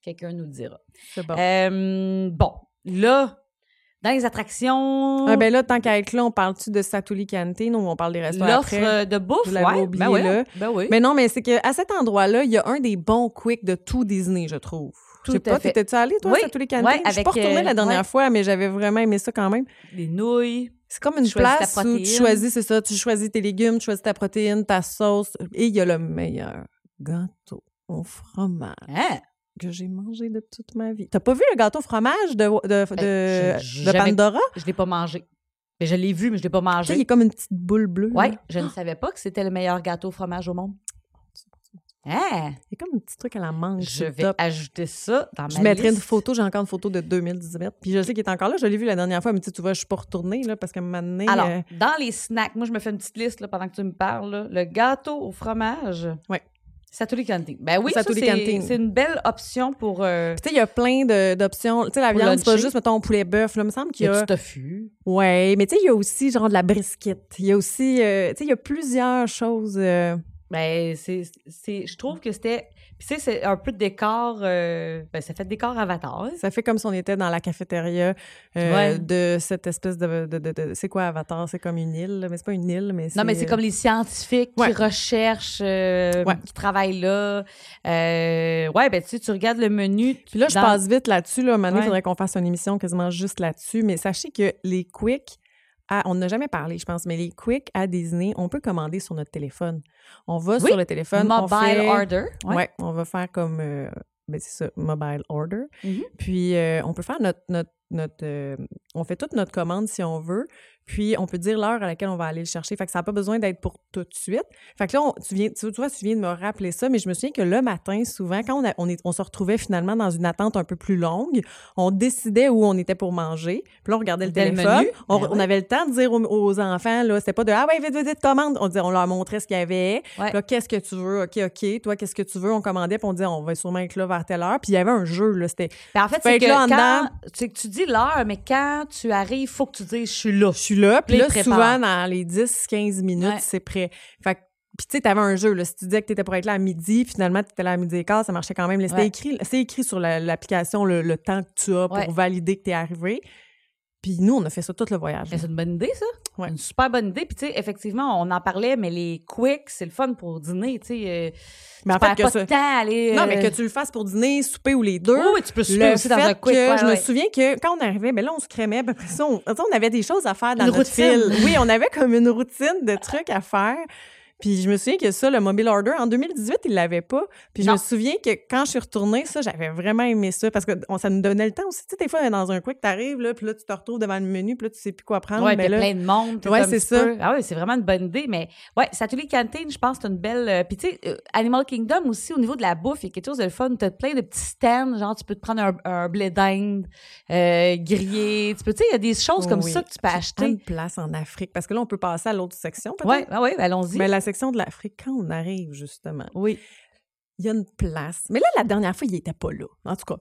S1: Quelqu'un nous le dira.
S2: C'est bon.
S1: Euh, bon, là, dans les attractions,
S2: Ah, ben là, tant qu'à être là, on parle-tu de Satuli Cantine ou on parle des restaurants
S1: l'offre
S2: après?
S1: euh, de bouffe,
S2: Vous l'avez
S1: ouais,
S2: oublié,
S1: ben oui,
S2: là.
S1: ben oui.
S2: Mais non, mais c'est qu'à cet endroit-là, il y a un des bons quicks de tout Disney, je trouve.
S1: Tout
S2: je
S1: à
S2: sais pas,
S1: fait.
S2: t'étais-tu allée, toi,
S1: Oui,
S2: à tous les cantines?
S1: ouais,
S2: je suis
S1: avec,
S2: pas retournée
S1: euh,
S2: la dernière
S1: ouais.
S2: fois, mais j'avais vraiment aimé ça quand même.
S1: Des nouilles.
S2: C'est comme une
S1: Tu choisis ta
S2: place où tu
S1: protéine.
S2: choisis, c'est ça, tu choisis tes légumes, tu choisis ta protéine, ta sauce, et il y a le meilleur gâteau au fromage
S1: Hein?
S2: que j'ai mangé de toute ma vie. T'as pas vu le gâteau au fromage de, de,
S1: Ben,
S2: de,
S1: j'ai-
S2: de
S1: jamais-
S2: Pandora?
S1: Je l'ai pas mangé. Mais je l'ai vu, mais je l'ai pas
S2: Tu sais, il
S1: mangé.
S2: est comme une petite boule bleue.
S1: Ouais,
S2: là.
S1: je ne savais pas que c'était le meilleur gâteau au fromage au monde. Hein?
S2: Il est comme un petit truc à la mangue.
S1: Je
S2: Je
S1: vais
S2: top.
S1: ajouter ça dans ma
S2: Je mettrai une
S1: liste.
S2: photo, j'ai encore une photo de 2018. Puis je sais qu'il est encore là, je l'ai vu la dernière fois, mais tu sais, tu vois, je suis pas retournée, là, parce qu'à un moment donné.
S1: Alors,
S2: euh,
S1: dans les snacks, moi, je me fais une petite liste là, pendant que tu me parles. là. Le gâteau au fromage.
S2: Ouais.
S1: Satuli Canting. Ben oui, ça,
S2: Satuli
S1: c'est
S2: Canteen.
S1: c'est une belle option pour euh,
S2: tu sais, il y a plein de- d'options. Tu sais, la
S1: Pour
S2: viande, c'est pas
S1: luncher.
S2: juste, mettons, poulet bœuf, là, il me semble qu'il y
S1: le
S2: a.
S1: petit tofu.
S2: Ouais, mais tu sais, il y a aussi genre de la brisquette. Il y a aussi, euh, tu sais, il y a plusieurs choses. euh,
S1: Ben, c'est, c'est- je trouve que c'était... Puis tu sais, c'est un peu de décor... euh, ben, ça fait décor avatar. hein.
S2: ça fait comme si on était dans la cafétéria euh,
S1: Ouais.
S2: de cette espèce de, de, de- de- c'est quoi Avatar C'est comme une île, là, mais c'est euh, pas une île, mais
S1: Non, mais c'est comme les scientifiques
S2: Ouais.
S1: qui recherchent, euh,
S2: Ouais.
S1: qui travaillent là. Euh, ouais, ben tu sais, tu regardes le menu.
S2: Puis là, je
S1: dans-
S2: passe vite là-dessus. Là. Maintenant, il
S1: Ouais.
S2: faudrait qu'on fasse une émission quasiment juste là-dessus. Mais sachez que les quicks, à- on n'a jamais parlé, je pense, mais les quicks à Disney, on peut commander sur notre téléphone. On va
S1: Oui,
S2: sur le téléphone. on
S1: Mobile
S2: fait-
S1: order.
S2: Ouais.
S1: Ouais.
S2: on va faire comme, euh, ben, c'est ça, mobile order.
S1: Mhm.
S2: Puis euh, on peut faire notre, notre, notre euh, on fait toute notre commande si on veut. Puis on peut dire l'heure à laquelle on va aller le chercher. Fait que ça n'a pas besoin d'être pour tout de suite. Fait que là, on- tu viens, tu, tu vois, tu viens de me rappeler ça, mais je me souviens que le matin, souvent, quand on, a- on, est- on se retrouvait finalement dans une attente un peu plus longue, on décidait où on était pour manger. Puis là, on regardait le
S1: Dès le
S2: téléphone.
S1: menu.
S2: on,
S1: Ben
S2: on
S1: oui.
S2: avait le temps de dire aux, aux enfants, là, c'était pas de Ah ouais, vite, vite, vite, commande. On, disait, on leur montrait ce qu'il y avait.
S1: Ouais.
S2: Là, qu'est-ce que tu veux? OK, OK. Toi, qu'est-ce que tu veux? On commandait, puis on disait, on va sûrement être là vers telle heure. Puis il y avait un jeu, là. C'était,
S1: Ben, en fait,
S2: Fait
S1: c'est
S2: que
S1: que
S2: là, en
S1: quand tu, tu dis l'heure, mais quand tu arrives, faut que tu dises je suis là.
S2: je suis là. Puis
S1: Puis
S2: là,
S1: il prépare.
S2: souvent, dans les 10-15 minutes,
S1: Ouais.
S2: c'est prêt. Fait que, puis tu sais, t'avais un jeu, là. Si tu disais que t'étais pour être là à midi, finalement, t'étais là à midi et quart, ça marchait quand même. Là, c'était
S1: Ouais.
S2: écrit, c'est écrit sur la- l'application le, le temps que tu as pour
S1: Ouais.
S2: valider que t'es arrivé. Puis nous, on a fait ça tout le voyage.
S1: Mais Ben, C'est une bonne idée, ça.
S2: Ouais.
S1: Une super bonne idée. Puis, tu sais, effectivement, on en parlait, mais les quicks, c'est le fun pour dîner, tu sais. euh,
S2: Mais en
S1: tu perds
S2: fait, que
S1: pas
S2: ça-
S1: de temps à aller.
S2: Non, mais
S1: euh,
S2: que tu le fasses pour dîner, souper ou les deux.
S1: Oui, oui, tu peux souper
S2: le
S1: aussi dans
S2: fait
S1: un quick.
S2: que
S1: ouais,
S2: je me
S1: ouais.
S2: souviens que quand on arrivait, ben là, on se crémait. Ben, après ça, on, ça, on avait des choses à faire dans
S1: Une
S2: notre
S1: routine.
S2: fil. Oui, on avait comme une routine de trucs à faire. Puis je me souviens que ça, le mobile order, en 2018, il l'avait pas. Puis je
S1: Non.
S2: me souviens que quand je suis retournée, ça, j'avais vraiment aimé ça parce que on- ça nous donnait le temps aussi. Tu sais, des fois, dans un quick, t'arrives, là, puis là, tu te retrouves devant le menu, puis là, tu sais plus quoi prendre.
S1: Ouais,
S2: mais
S1: puis
S2: là,
S1: plein de monde. tout
S2: Ouais,
S1: un
S2: c'est
S1: petit
S2: ça.
S1: peu. Ah oui, c'est vraiment une bonne idée. Mais ouais, Satuli Canteen, je pense, c'est une belle. euh, Puis tu sais, euh, Animal Kingdom aussi, au niveau de la bouffe, il y a quelque chose de le fun. T'as plein de petits stands, genre tu peux te prendre un, un blé d'Inde euh, grillé. Tu peux, tu sais, il y a des choses comme
S2: Oh Oui.
S1: ça que tu peux acheter.
S2: une place en Afrique parce que là, on peut passer à l'autre section, peut-être.
S1: Ouais, ouais, ouais, ben, allons-y.
S2: Mais la section de l'Afrique, quand on arrive, justement,
S1: Oui.
S2: il y a une place. Mais là, la dernière fois, il était pas là. En tout cas,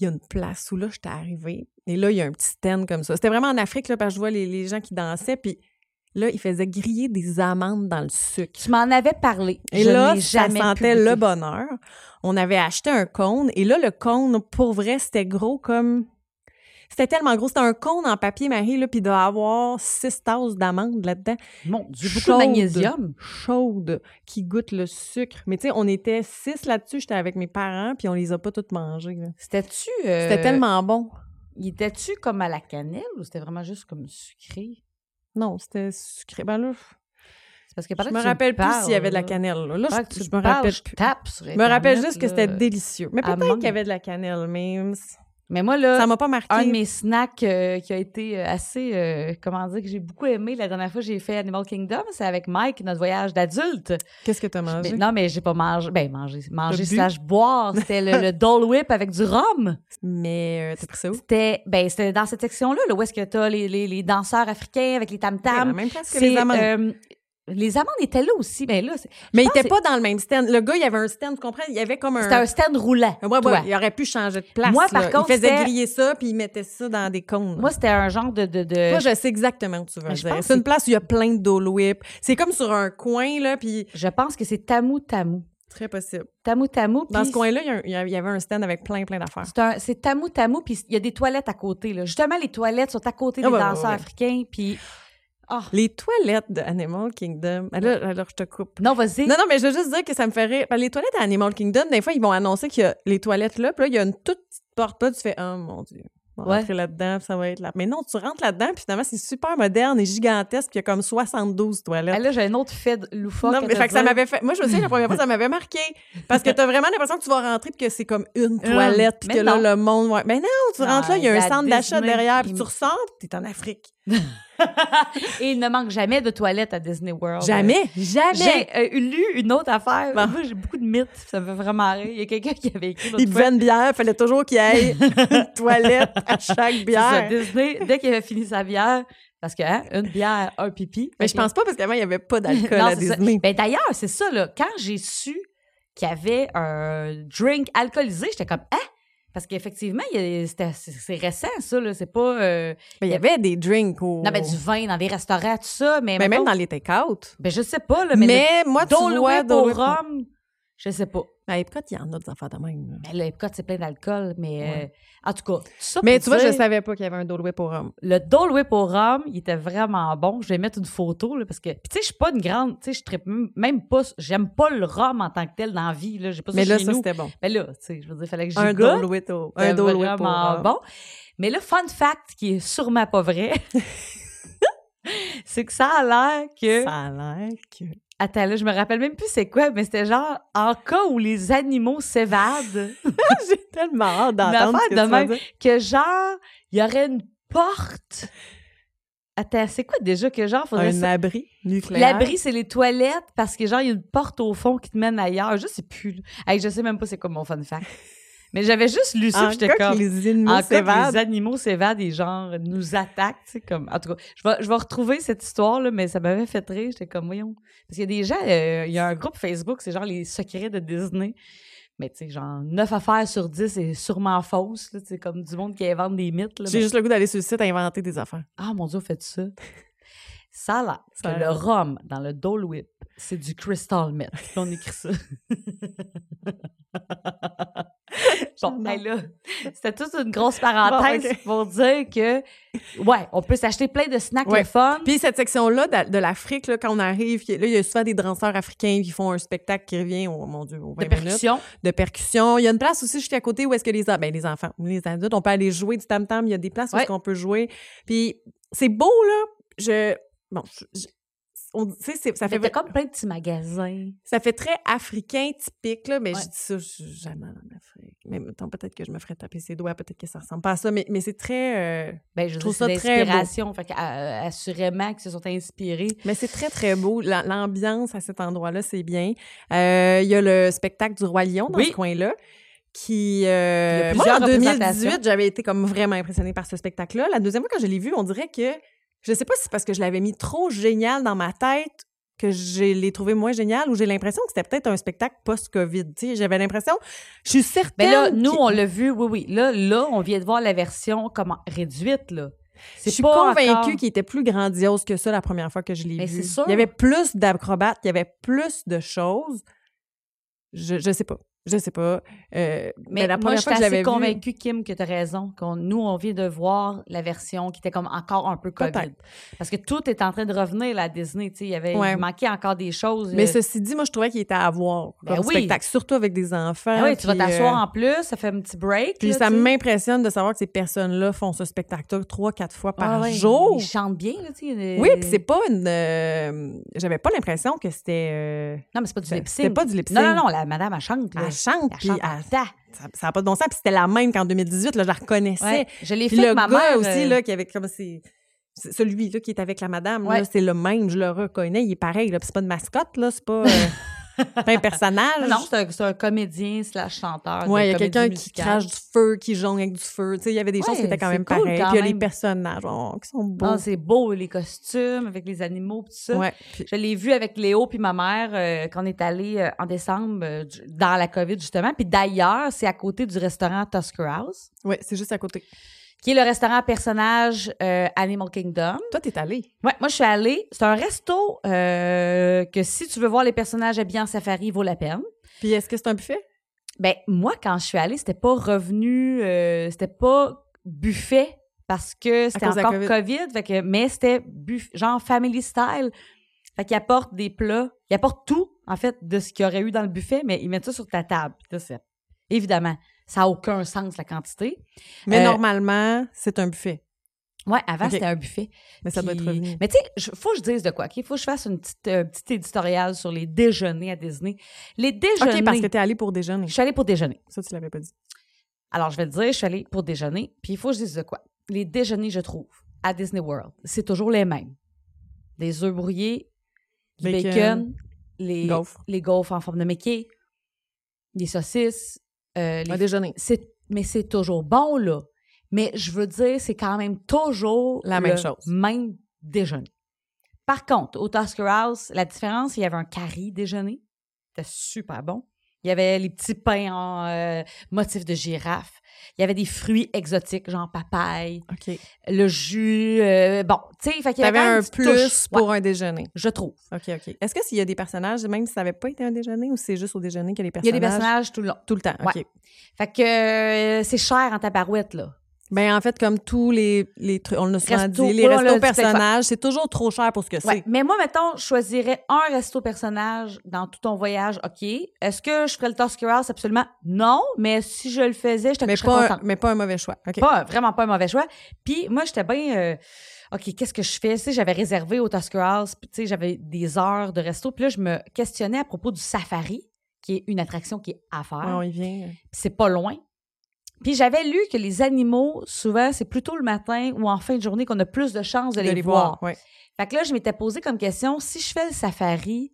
S2: il y a une place où là, j'étais arrivée. Et là, il y a un petit stand comme ça. C'était vraiment en Afrique, là, parce que je vois les, les gens qui dansaient. Puis là, ils faisaient griller des amandes dans le sucre.
S1: Tu m'en avais parlé.
S2: Et
S1: Je
S2: là,
S1: n'ai
S2: ça
S1: jamais pu
S2: sentait
S1: goûter.
S2: le bonheur. On avait acheté un cône. Et là, le cône, pour vrai, c'était gros comme... C'était tellement gros. C'était un cône en papier Marie, là, puis il doit avoir six tasses d'amandes là-dedans
S1: Mon Dieu, beaucoup
S2: Chaude.
S1: de magnésium.
S2: chaude qui goûte le sucre. Mais tu sais, on était six là-dessus. J'étais avec mes parents, puis on les a pas toutes mangées. là.
S1: C'était-tu. euh,
S2: C'était tellement bon.
S1: Il était-tu comme à la cannelle ou c'était vraiment juste comme sucré?
S2: Non, c'était sucré. Ben là,
S1: C'est parce que
S2: je
S1: pendant
S2: me
S1: que tu
S2: rappelle plus
S1: parles,
S2: s'il y avait de la
S1: là,
S2: cannelle. Là, Là,
S1: pendant que
S2: je,
S1: tu
S2: je me
S1: parles,
S2: rappelle
S1: je
S2: plus.
S1: tape sur
S2: Je me
S1: Internet,
S2: rappelle
S1: euh,
S2: juste que
S1: là.
S2: c'était délicieux. Mais peut-être
S1: amande.
S2: qu'il y avait de la cannelle, mais
S1: Mais moi, là,
S2: Ça m'a pas marqué.
S1: un de mes snacks euh, qui a été euh, assez, euh, comment dire, que j'ai beaucoup aimé la dernière fois que j'ai fait Animal Kingdom, c'est avec Mike, notre voyage d'adulte.
S2: Qu'est-ce que t'as
S1: Mais
S2: mangé?
S1: non, mais j'ai pas mangé. Ben, mangé, manger
S2: bu?
S1: slash boire. C'était le, le Dole Whip avec du rhum.
S2: Mais euh, t'as pris ça où?
S1: C'était, ben, c'était dans cette section-là, là, où est-ce que t'as les, les, les danseurs africains avec les
S2: C'est la
S1: tam-tams.
S2: même place que
S1: C'est,
S2: les amandes.
S1: euh, les amandes étaient là aussi. Ben là, c'est-
S2: mais il
S1: pense
S2: était
S1: que
S2: pas dans le même stand. Le gars, il avait un stand, tu comprends? Il avait comme un.
S1: c'était un stand roulant.
S2: Ouais, ouais,
S1: toi.
S2: il aurait pu changer de place.
S1: Moi, par
S2: là.
S1: contre,
S2: il faisait
S1: c'était-
S2: griller ça, puis il mettait ça dans des cônes.
S1: Moi, c'était un genre de. de, de-
S2: Toi, je sais exactement où tu veux
S1: Mais je
S2: dire.
S1: pense
S2: C'est
S1: que-
S2: une place où il y a plein de dole whip. C'est comme sur un coin, là, puis
S1: je pense que c'est Tamu Tamu.
S2: très possible.
S1: Tamu Tamu.
S2: Dans
S1: puis
S2: ce coin-là, il y a un- il y, a- il y avait un stand avec plein, plein d'affaires.
S1: C'est, un- c'est Tamu Tamu, puis il y a des toilettes à côté. Là. Justement, les toilettes sont à côté
S2: Ah,
S1: des
S2: ouais, ouais,
S1: danseurs
S2: ouais.
S1: africains, puis. Ah.
S2: Les toilettes de Animal Kingdom. Ah, là, alors, je te coupe.
S1: Non, vas-y.
S2: Non, non, mais je veux juste dire que ça me ferait. parce que Les toilettes à Animal Kingdom, des fois, ils vont annoncer qu'il y a les toilettes là, puis là, il y a une toute petite porte là, tu fais, oh mon Dieu. On va
S1: Ouais.
S2: rentrer là-dedans, puis ça va être là. Mais non, tu rentres là-dedans, puis finalement, c'est super moderne et gigantesque, puis il y a comme 72 toilettes.
S1: Ah, là, j'ai un autre fait loufoque.
S2: Non,
S1: à
S2: mais
S1: te
S2: fait que ça
S1: dire.
S2: m'avait fait. Moi, je me souviens, la première fois, ça m'avait marqué. Parce que t'as vraiment l'impression que tu vas rentrer puis que c'est comme une toilette, puis
S1: Euh, mais
S2: que là,
S1: non.
S2: le monde. ouais. Mais non, tu
S1: Non,
S2: rentres là, il y a un
S1: la
S2: centre d'achat
S1: Disney,
S2: derrière, puis
S1: il-
S2: tu ressors, puis t'es en Afrique.
S1: Et il ne manque jamais de toilettes à Disney World.
S2: Jamais,
S1: ben,
S2: jamais.
S1: J'ai euh, lu une autre affaire.
S2: Bon.
S1: Moi, j'ai beaucoup de mythes. Ça me fait vraiment rire. Il y a quelqu'un qui avait écrit l'autre
S2: Ils
S1: fois.
S2: buvaient une bière, fallait toujours qu'il y ait une toilette à chaque
S1: C'est ça,
S2: bière.
S1: Disney, dès qu'il avait fini sa bière, parce que, hein, une bière, un pipi.
S2: Mais je pense pas, parce qu'avant, il n'y avait pas d'alcool
S1: Non,
S2: à
S1: c'est ça.
S2: Disney.
S1: Ben, d'ailleurs, c'est ça, là. Quand j'ai su qu'il y avait un drink alcoolisé, j'étais comme, hein? Parce qu'effectivement, il y a- c'était- c'est c'est récent, ça, là. C'est pas. euh,
S2: Mais il y avait des drinks au.
S1: Non, ben, du vin dans des restaurants, tout ça. Mais,
S2: Mais
S1: mettons-
S2: Ben, même dans les take-out.
S1: Ben, je sais pas, là. Mais,
S2: Mais moi,
S1: le...
S2: tu
S1: Dole
S2: vois...
S1: Whip au
S2: Dole Whip-
S1: rhum, je sais pas.
S2: À Epcot, il y en a des affaires de même. là.
S1: Ben, là, Epcot, c'est plein d'alcool, mais euh,
S2: Ouais.
S1: en tout cas, tout ça
S2: Mais
S1: pour
S2: tu vois,
S1: dire,
S2: je savais pas qu'il y avait un Dole Whip au rhum.
S1: Le Dole Whip au rhum, il était vraiment bon. Je vais mettre une photo, là, parce que. Puis, tu sais, je suis pas une grande. Tu sais, je trippe même- même pas. J'aime pas le rhum en tant que tel dans la vie, là. J'ai pas ça
S2: Mais là,
S1: chez
S2: ça,
S1: nous.
S2: c'était bon.
S1: Mais Ben là, tu sais, je veux dire, il fallait que
S2: un
S1: j'y goûte.
S2: Dole Whip au un
S1: C'était
S2: Dole Whip au
S1: vraiment
S2: rhum.
S1: bon. Mais le fun fact qui est sûrement pas vrai, c'est que ça a l'air que.
S2: Ça a l'air que...
S1: Attends, là, je me rappelle même plus c'est quoi, mais c'était genre en cas où les animaux s'évadent,
S2: J'ai tellement hâte
S1: Une
S2: d'entendre
S1: affaire
S2: ce que tu
S1: de
S2: vas
S1: même.
S2: dire.
S1: que genre, il y aurait une porte. Attends, c'est quoi déjà que genre, faudrait.
S2: Un
S1: se-
S2: abri nucléaire.
S1: L'abri, c'est les toilettes parce que genre, il y a une porte au fond qui te mène ailleurs. Je sais plus. là. Hey, je sais même pas c'est quoi mon fun fact. Mais j'avais juste lu ça,
S2: En
S1: puis j'étais
S2: cas que
S1: comme.
S2: les ennemis
S1: En cas que
S2: s'évadent.
S1: les animaux s'évadent et genre nous attaquent, tu sais, comme... En tout cas, je vais, je vais retrouver cette histoire-là, mais ça m'avait fait rire. J'étais comme, voyons. Parce qu'il y a des gens... euh, il y a un groupe Facebook, c'est genre les secrets de Disney. Mais tu sais, genre, 9 affaires sur 10 c'est sûrement fausse, là. Tu sais, comme du monde qui invente des mythes, là.
S2: J'ai
S1: mais-
S2: juste le goût d'aller sur le site inventer des affaires.
S1: Ah, mon Dieu, faites ça. Ça a l'air
S2: Ça a
S1: que le
S2: l'air.
S1: rhum dans le Dole Whip, c'est du Crystal Meth. Puis on écrit ça. bon,
S2: J'adore.
S1: hey, là, c'était toute une grosse parenthèse
S2: Bon, ok.
S1: pour dire que, ouais, on peut s'acheter plein de snacks
S2: Ouais.
S1: le fun.
S2: Puis cette section-là de, de l'Afrique, là, quand on arrive, qui- là, il y a souvent des danseurs africains qui font un spectacle qui revient, au mon Dieu, aux 20
S1: De
S2: minutes.
S1: percussion.
S2: De percussion. Il y a une place aussi juste à côté où est-ce que les, en- ben, les enfants, les adultes, on peut aller jouer du tam-tam. Il y a des places où
S1: Ouais.
S2: est-ce qu'on peut jouer. Puis c'est beau, là. Je... Bon, je- je- on- tu sais, c'est-
S1: Ça
S2: ça fait...
S1: fait comme plein de petits magasins.
S2: Ça fait très africain typique, là, mais
S1: Ouais.
S2: je dis ça, je suis jamais en Afrique. Mais mettons, peut-être que je me ferais taper ses doigts, peut-être que ça ressemble pas à ça, mais, mais c'est très... euh,
S1: Ben, je veux
S2: trouve
S1: dire, c'est
S2: ça très beau.
S1: d'inspiration. Fait que, euh, assurément qu'ils se sont inspirés.
S2: Mais c'est très, très beau. La- L'ambiance à cet endroit-là, c'est bien. Euh, Il y a le spectacle du Roi Lion dans
S1: Oui.
S2: ce coin-là. Qui,
S1: Il y
S2: euh,
S1: a
S2: moi,
S1: plusieurs
S2: en
S1: représentations.
S2: 2018, j'avais été comme vraiment impressionnée par ce spectacle-là. La deuxième fois, quand je l'ai vu, on dirait que, je sais pas si c'est parce que je l'avais mis trop génial dans ma tête que je l'ai trouvé moins génial ou j'ai l'impression que c'était peut-être un spectacle post-COVID. Tu sais, J'avais l'impression, je suis certaine.
S1: Mais Ben là, nous,
S2: qu'il-
S1: on l'a vu, oui, oui. Là, là, on vient de voir la version comment réduite, là.
S2: Je
S1: C'est
S2: suis
S1: pas
S2: convaincue
S1: encore-
S2: qu'il était plus grandiose que ça la première fois que je l'ai
S1: Mais
S2: vu.
S1: c'est sûr.
S2: Il y avait plus d'acrobates, il y avait plus de choses. Je, je sais pas. Je sais pas. Euh, mais,
S1: Mais
S2: la
S1: moi,
S2: première
S1: je suis
S2: fois que j'avais
S1: assez
S2: vu,
S1: convaincue, Kim, que tu as raison. qu'on- nous, on vient de voir la version qui était comme encore un peu COVID.
S2: Peut-être.
S1: Parce que tout est en train de revenir là, à Disney. tu sais, Il, y avait,
S2: Ouais.
S1: il manquait encore des choses.
S2: mais
S1: euh,
S2: ceci dit, moi, je trouvais qu'il était à voir
S1: Ben
S2: comme
S1: oui.
S2: spectacle, surtout avec des enfants.
S1: ah oui, tu vas
S2: puis,
S1: t'asseoir
S2: euh,
S1: en plus, ça fait un petit break.
S2: Puis
S1: là,
S2: ça
S1: tu sais.
S2: m'impressionne de savoir que ces personnes-là font ce spectacle trois, quatre fois par
S1: Ah ouais,
S2: jour.
S1: Ils chantent bien. Là, tu sais, euh,
S2: Oui, puis c'est pas une. euh, J'avais pas l'impression que c'était. euh,
S1: Non, mais c'est pas du lip
S2: c'était pas du lip
S1: Non, non, non, la madame, elle chante. là.
S2: Elle chante,
S1: Elle
S2: puis
S1: chante en
S2: elle
S1: dedans.
S2: Tu ça n'a pas de bon sens. Puis c'était la même qu'en 2018, là, je la reconnaissais.
S1: Ouais, je l'ai
S2: Puis
S1: fait
S2: le
S1: avec ma
S2: gars
S1: mère.
S2: aussi,
S1: euh,
S2: là, qui avait comme ses- c'est Celui là, qui est avec la madame, là,
S1: Ouais.
S2: c'est le même, je le reconnais, il est pareil. Là. Puis c'est pas une mascotte, là, c'est pas, euh, c'est pas un personnage.
S1: Ah Non, c'est un, c'est un comédien slash chanteur. de
S2: Ouais, il y a
S1: comédie
S2: quelqu'un qui
S1: musicale.
S2: crache du feu, qui jongle avec du feu. Tu sais, il y avait des choses qui
S1: Ouais,
S2: étaient quand
S1: c'est
S2: même
S1: cool
S2: pareilles.
S1: quand
S2: Puis il y a les
S1: même.
S2: personnages oh, qui sont beaux.
S1: Ah, c'est beau, les costumes avec les animaux, tout ça.
S2: ouais. Puis-
S1: Je l'ai vu avec Léo puis ma mère euh, quand on est allé euh, en décembre euh, du- dans la COVID, justement. Puis d'ailleurs, c'est à côté du restaurant Tusker House,
S2: ouais, c'est juste à côté.
S1: qui est le restaurant à personnage euh, Animal Kingdom.
S2: Toi, t'es allée.
S1: Ouais, moi, je suis allée. C'est un resto euh, que si tu veux voir les personnages habillés en safari, il vaut la peine.
S2: Puis est-ce que c'est un buffet?
S1: Ben, moi, quand je suis allée, c'était pas revenu, euh, c'était pas buffet parce que c'était
S2: cause de la
S1: encore
S2: COVID.
S1: COVID. fait que, mais c'était buff- genre family style. Fait qu'ils apportent des plats, ils apportent tout, en fait, de ce qu'il y aurait eu dans le buffet, mais ils mettent ça sur ta table. Puis là, c'est- évidemment, ça n'a aucun sens, la quantité.
S2: Mais
S1: Euh,
S2: normalement, c'est un buffet.
S1: Ouais, avant,
S2: Ok.
S1: c'était un buffet.
S2: Mais ça doit être
S1: Puis-
S2: revenu.
S1: Mais tu sais, je- faut que je dise de quoi, OK? Faut que je fasse une petite, euh, petite éditoriale sur les déjeuners à Disney. Les déjeuners...
S2: OK, parce que t'es allée pour déjeuner.
S1: Je suis allée pour déjeuner.
S2: Ça, tu l'avais pas dit.
S1: Alors, je vais te dire, je suis allée pour déjeuner, puis il faut que je dise de quoi. Les déjeuners, je trouve, à Disney World, c'est toujours les mêmes. Des œufs brouillés, du bacon, les,
S2: gaufres.
S1: les gaufres en forme de Mickey, les saucisses. euh, les-
S2: Un déjeuner.
S1: c'est- mais c'est toujours bon, là. Mais je veux dire, c'est quand même toujours
S2: La
S1: le
S2: même chose.
S1: même déjeuner. Par contre, au Tusker House, la différence, il y avait un curry déjeuner. C'était super bon. Il y avait les petits pains en euh, motif de girafe. Il y avait des fruits exotiques, genre papaye,
S2: OK.
S1: le jus. euh, bon, tu sais, fait qu'il y avait
S2: T'avais
S1: quand même
S2: un
S1: une petite touche.
S2: plus
S1: Ouais,
S2: pour un déjeuner.
S1: je trouve.
S2: OK, OK. Est-ce que s'il y a des personnages, même si ça n'avait pas été un déjeuner, ou c'est juste au déjeuner qu'il y a des
S1: Il y a
S2: personnages?
S1: des personnages tout le long.
S2: Tout le temps, OK.
S1: Ouais. Fait que euh, c'est cher en tabarouette, là.
S2: Ben en fait, comme tous les, les trucs, on l'a souvent
S1: Resto-
S2: dit, les
S1: ouais, on l'a
S2: restos
S1: dit peut-être
S2: personnages, c'est toujours trop cher pour ce que
S1: Ouais,
S2: c'est.
S1: Mais moi, mettons, je choisirais un resto personnage dans tout ton voyage, OK. Est-ce que je ferais le Tusker House? Absolument non, mais si je le faisais, je te
S2: Mais,
S1: je serais
S2: pas un,
S1: contente.
S2: mais pas un mauvais choix. OK.
S1: Pas, vraiment pas un mauvais choix. Puis moi, j'étais bien... euh, OK, qu'est-ce que je fais? Tu sais, j'avais réservé au Tusker House, puis tu sais, j'avais des heures de resto. Puis là, je me questionnais à propos du safari, qui est une attraction qui est à faire.
S2: Ouais, on y vient.
S1: Puis c'est pas loin. Puis j'avais lu que les animaux, souvent, c'est plutôt le matin ou en fin de journée qu'on a plus de chances de, les, voir.
S2: ouais.
S1: Fait que là, je m'étais posé comme question, si je fais le safari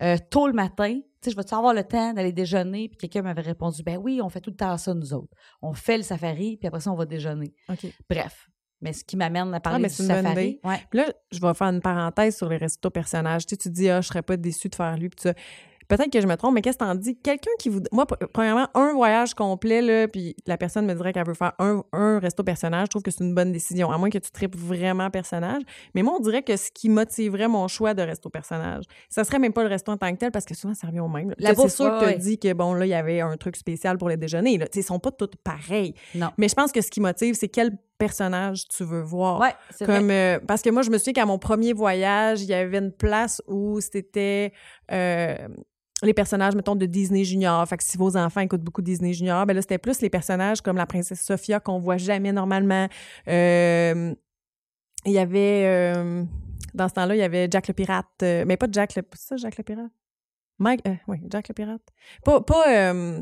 S1: euh, tôt le matin, tu sais, je vais-tu avoir le temps d'aller déjeuner? Puis quelqu'un m'avait répondu, ben oui, on fait tout le temps ça, nous autres. On fait le safari, puis après ça, on va déjeuner.
S2: OK.
S1: Bref. Mais ce qui m'amène à parler
S2: Ah, mais
S1: du
S2: c'est une bonne
S1: safari. Ouais.
S2: Puis Là, je vais faire une parenthèse sur les restos personnages. Tu sais, tu dis, ah, je serais pas déçue de faire lui. Puis ça. Peut-être que je me trompe, mais qu'est-ce que t'en dis? Quelqu'un qui vous. Moi, pr- premièrement, un voyage complet, là, puis la personne me dirait qu'elle veut faire un, un resto personnage, je trouve que c'est une bonne décision, à moins que tu tripes vraiment personnage. Mais moi, on dirait que ce qui motiverait mon choix de resto personnage, ça serait même pas le resto en tant que tel, parce que souvent, ça revient au même. là.
S1: La
S2: Tu sais,
S1: bouffe,
S2: C'est sûr que tu
S1: ouais, ouais.
S2: dit que, bon, là, il y avait un truc spécial pour le déjeuner. Là. Tu sais, Ils sont pas tous pareils.
S1: Non.
S2: Mais je pense que ce qui motive, c'est quel personnage tu veux voir.
S1: Ouais, c'est vrai.
S2: Comme, euh, parce que moi, je me souviens qu'à mon premier voyage, il y avait une place où c'était euh, les personnages, mettons, de Disney Junior. Fait que si vos enfants écoutent beaucoup Disney Junior, ben là, c'était plus les personnages comme la princesse Sophia qu'on voit jamais normalement. Euh, il y avait, euh, dans ce temps-là, il y avait Jack le Pirate. euh, mais pas Jack le... C'est ça, Jack le Pirate? Mike... euh, oui, Jack le Pirate. Pas... pas euh,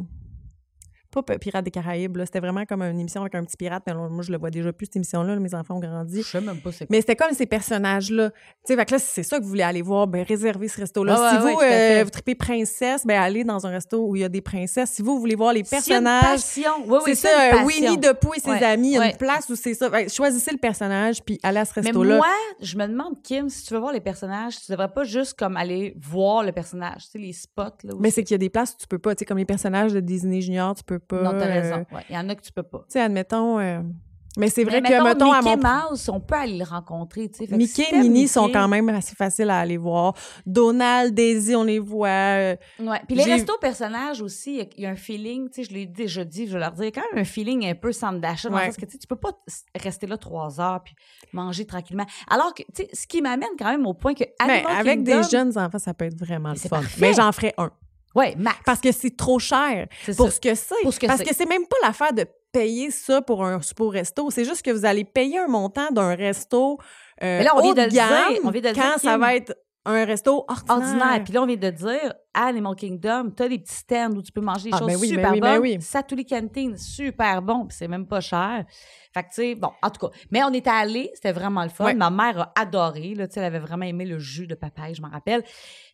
S2: pas P- Pirates des Caraïbes, là. c'était vraiment comme une émission avec un petit pirate, mais là, moi je le vois déjà plus cette émission-là, là, mes enfants ont grandi.
S1: Je sais même pas c'est quoi.
S2: Mais c'était comme ces personnages-là. Tu sais, fait que là, si c'est ça que vous voulez aller voir, ben réservez ce resto-là.
S1: Ah ouais,
S2: si
S1: ouais,
S2: vous,
S1: tout à fait.
S2: euh, vous tripez princesse, ben allez dans un resto où il y a des princesses. Si vous voulez voir les
S1: S'il y a une
S2: personnages,
S1: passion. Oui,
S2: c'est
S1: oui,
S2: ça,
S1: s'il y a une
S2: euh,
S1: passion.
S2: Winnie the Pooh et ses
S1: Ouais,
S2: amis, il y a
S1: ouais.
S2: une place où c'est ça. Fait que choisissez le personnage, puis allez à ce
S1: Mais
S2: resto-là.
S1: moi, je me demande, Kim, si tu veux voir les personnages, tu devrais pas juste comme aller voir le personnage, tu sais, les spots. Là, où
S2: Mais c'est qu'il y a des places où tu peux pas. Tu sais, comme les personnages de Disney Junior, tu peux pas.
S1: Non, t'as
S2: euh,
S1: raison.
S2: Tu
S1: Ouais, Il y en a que tu peux pas.
S2: sais, admettons... euh, Mais c'est vrai
S1: Mais
S2: que, mettons, à
S1: Mickey
S2: mon
S1: Mouse, on peut aller le rencontrer, tu sais. Fait que si
S2: Mickey et
S1: t'aimes
S2: Minnie sont
S1: Mickey-
S2: quand même assez faciles à aller voir. Donald, Daisy, on les voit. euh,
S1: Ouais. Puis les
S2: J'ai-
S1: restos personnages aussi, il y a- il y, a un feeling, tu sais, je l'ai déjà dit, je vais leur dire, quand même un feeling un peu centre d'achat, dans
S2: Ouais.
S1: le sens que tu sais, tu peux pas s- rester là trois heures puis manger tranquillement. Alors que, tu sais, ce qui m'amène quand même au point que
S2: Mais
S1: Animal
S2: Ben, avec
S1: Kingdom-
S2: des jeunes enfants, ça peut être vraiment le
S1: C'est
S2: fun.
S1: parfait.
S2: Mais j'en ferai un.
S1: Ouais, max.
S2: Parce que c'est trop cher
S1: c'est
S2: pour
S1: ça.
S2: ce que c'est.
S1: Pour ce que
S2: Parce
S1: c'est.
S2: que c'est même pas l'affaire de payer ça pour un super resto. C'est juste que vous allez payer un montant d'un resto euh,
S1: Mais là, on
S2: haut
S1: vient de
S2: de
S1: le
S2: gamme
S1: dire, on vient de le
S2: quand
S1: dire,
S2: ça
S1: Kim.
S2: va être un resto ordinaire.
S1: ordinaire. Puis là, on vient de dire, à Animal Kingdom, t'as des petits stands où tu peux manger des
S2: Ah,
S1: choses
S2: ben oui, ben
S1: super
S2: oui, ben
S1: bonnes.
S2: oui.
S1: Satuli Canteen, super bon, puis c'est même pas cher. Fait que, tu sais, bon, en tout cas. Mais on était allés, c'était vraiment le fun.
S2: Ouais.
S1: Ma mère a adoré, là, tu sais, elle avait vraiment aimé le jus de papaye, je m'en rappelle.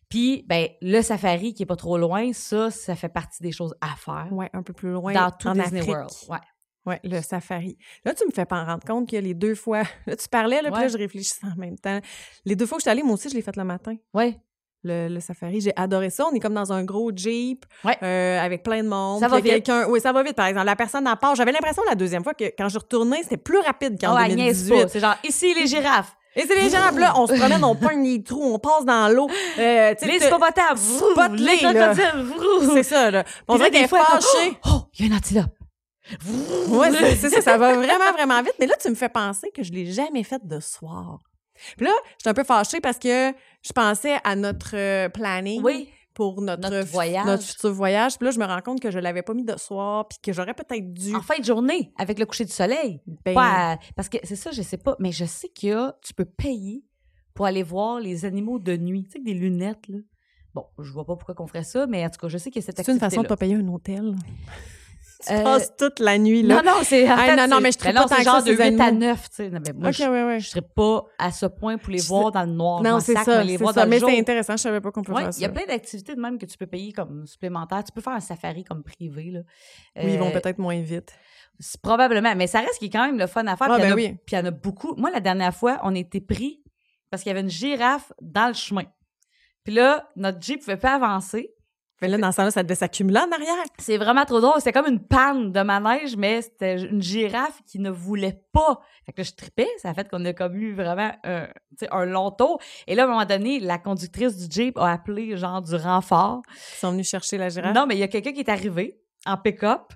S1: Puis, ben, le safari qui est pas trop loin, ça, ça fait partie des choses à faire
S2: Ouais, un peu plus loin.
S1: dans tout
S2: en
S1: Disney
S2: Afrique.
S1: World. Ouais.
S2: Ouais, le safari. Là, tu me fais pas en rendre compte que les deux fois, là, tu parlais, là, puis là,
S1: Ouais.
S2: je réfléchissais en même temps. Les deux fois que je suis allée, moi aussi, je l'ai faite le matin,
S1: Ouais.
S2: le, le safari. J'ai adoré ça. On est comme dans un gros jeep,
S1: Ouais.
S2: euh, avec plein de monde.
S1: Ça
S2: puis
S1: va
S2: il y a
S1: vite.
S2: quelqu'un- Oui, ça va vite, par exemple. La personne en part. J'avais l'impression la deuxième fois que quand je retournais, c'était plus rapide qu'en
S1: Ah ouais, elle niaise
S2: 2018.
S1: pas. C'est genre, ici, les girafes,
S2: Et c'est les gens, là, on se promène, on pogne les trous, on passe dans l'eau. Euh, tu sais,
S1: les
S2: t'as-
S1: hippopotames, vroom,
S2: Spot-les,
S1: les
S2: là.
S1: crocodiles, vroom.
S2: c'est ça, là. On
S1: Puis là,
S2: dirait qu'elle est
S1: des fois, elle est
S2: fâchée.
S1: Oh, il y a une antilope.
S2: Ouais, c'est- c'est ça, ça va vraiment, vraiment vite. Mais là, tu me fais penser que je l'ai jamais faite de soir. Puis là, j'étais un peu fâchée parce que je pensais à notre euh, planning
S1: Oui.
S2: pour notre,
S1: Notre
S2: fu-
S1: voyage.
S2: notre futur voyage. Puis là, je me rends compte que je l'avais pas mis de soir puis que j'aurais peut-être dû...
S1: En fin de journée, avec le coucher du soleil.
S2: ben,
S1: Ah, Pas à- parce que c'est ça, je sais pas, mais je sais qu'il y a, tu peux payer pour aller voir les animaux de nuit. Tu sais, avec des lunettes, là. Bon, je vois pas pourquoi qu'on ferait ça, mais en tout cas, je sais que cette
S2: c'est une
S1: activité-là.
S2: façon de pas payer un hôtel. Tu
S1: Euh,
S2: passes toute la nuit, là.
S1: Non, non, c'est. en
S2: Ah,
S1: fait,
S2: non, non,
S1: c'est- ben
S2: mais je tripe
S1: non,
S2: pas tant
S1: c'est
S2: que ça,
S1: genre de
S2: ces
S1: 8 à
S2: animaux.
S1: 9, tu sais. Non, mais moi,
S2: OK,
S1: je,
S2: ouais, ouais.
S1: je serais pas à ce point pour les
S2: Je-
S1: voir dans le noir. dans
S2: Non,
S1: le
S2: c'est
S1: sac,
S2: ça,
S1: mais les
S2: c'est
S1: voir
S2: ça.
S1: dans
S2: Mais
S1: le jour.
S2: c'est intéressant, je savais pas qu'on pouvait
S1: Ouais,
S2: faire
S1: il y
S2: ça.
S1: a plein d'activités de même que tu peux payer comme supplémentaire. Tu peux faire un safari comme privé. Là.
S2: Oui, ils vont
S1: Euh,
S2: peut-être moins vite.
S1: c'est Probablement, mais ça reste qui est quand même le fun à faire.
S2: Ah,
S1: puis il y en
S2: ben
S1: a-
S2: oui.
S1: puis il y en a beaucoup. Moi, la dernière fois, on était pris parce qu'il y avait une girafe dans le chemin. Puis là, notre Jeep ne pouvait pas avancer.
S2: Mais là, dans ce temps-là, ça devait s'accumuler en arrière.
S1: C'est vraiment trop drôle. C'était comme une panne de manège, mais c'était une girafe qui ne voulait pas. Fait que là, je tripais. Ça a fait qu'on a comme eu vraiment un, tu sais, un long tour. Et là, à un moment donné, la conductrice du Jeep a appelé genre du renfort.
S2: Ils sont venus chercher la girafe.
S1: Non, mais il y a quelqu'un qui est arrivé en pick-up.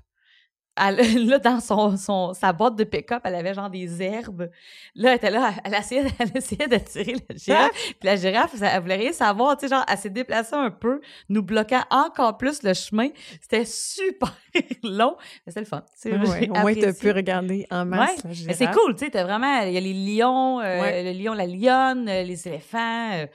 S1: Elle- là, dans son, son- sa boîte de pick-up, elle avait genre des herbes. Là, elle était là, elle, elle essayait, elle essayait d'attirer la girafe.
S2: Ah!
S1: Puis la girafe, ça- elle voulait rien savoir. Tu sais, genre, elle s'est déplacée un peu, nous bloquant encore plus le chemin. C'était super long. Mais c'est le fun. C'est
S2: Ouais,
S1: j'ai
S2: au moins, tu as
S1: apprécié.
S2: pu regarder en masse
S1: Ouais,
S2: la
S1: Mais c'est
S2: girafe.
S1: cool, tu sais, t'as vraiment... Il y a les lions, euh,
S2: Ouais.
S1: le lion, la lionne, euh, les éléphants. euh,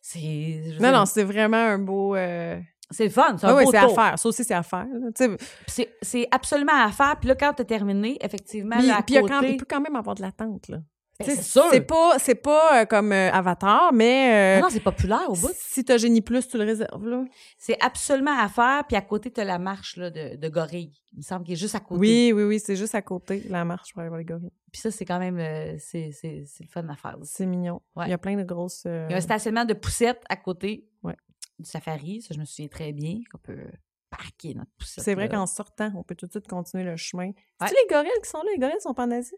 S1: c'est... je veux
S2: Non,
S1: dire,
S2: non, c'est vraiment un beau. Euh...
S1: C'est le fun, c'est un
S2: ah ouais,
S1: beau
S2: c'est à
S1: tour.
S2: faire. Ça aussi, c'est à faire. là. Tu sais,
S1: Puis C'est c'est absolument à faire. Puis là, quand t'as terminé, effectivement,
S2: Puis
S1: là, à
S2: puis il y a
S1: côté...
S2: quand- il peut quand même avoir de l'attente. là.
S1: Ben,
S2: Tu sais,
S1: c'est sûr!
S2: C'est pas, c'est pas euh, comme euh, Avatar, mais euh,
S1: Non, non, c'est populaire Ah, au bout.
S2: si t'as Génie Plus, tu le réserves. Là.
S1: C'est absolument à faire. Puis à côté, t'as la marche là, de, de gorille. Il me semble qu'il est juste à côté.
S2: Oui, oui, oui, c'est juste à côté, la marche pour aller voir les gorilles.
S1: Puis ça, c'est quand même... euh, c'est c'est- c'est le fun à faire aussi.
S2: C'est mignon.
S1: Ouais.
S2: Il y a plein de grosses. euh,
S1: Il y a un stationnement de poussettes à côté
S2: Ouais.
S1: du safari. Ça, je me souviens très bien qu'on peut parquer notre poussette.
S2: C'est vrai
S1: là.
S2: qu'en sortant, on peut tout de suite continuer le chemin.
S1: Ouais.
S2: C'est-tu les gorilles qui sont là? Les gorilles sont pas en Asie?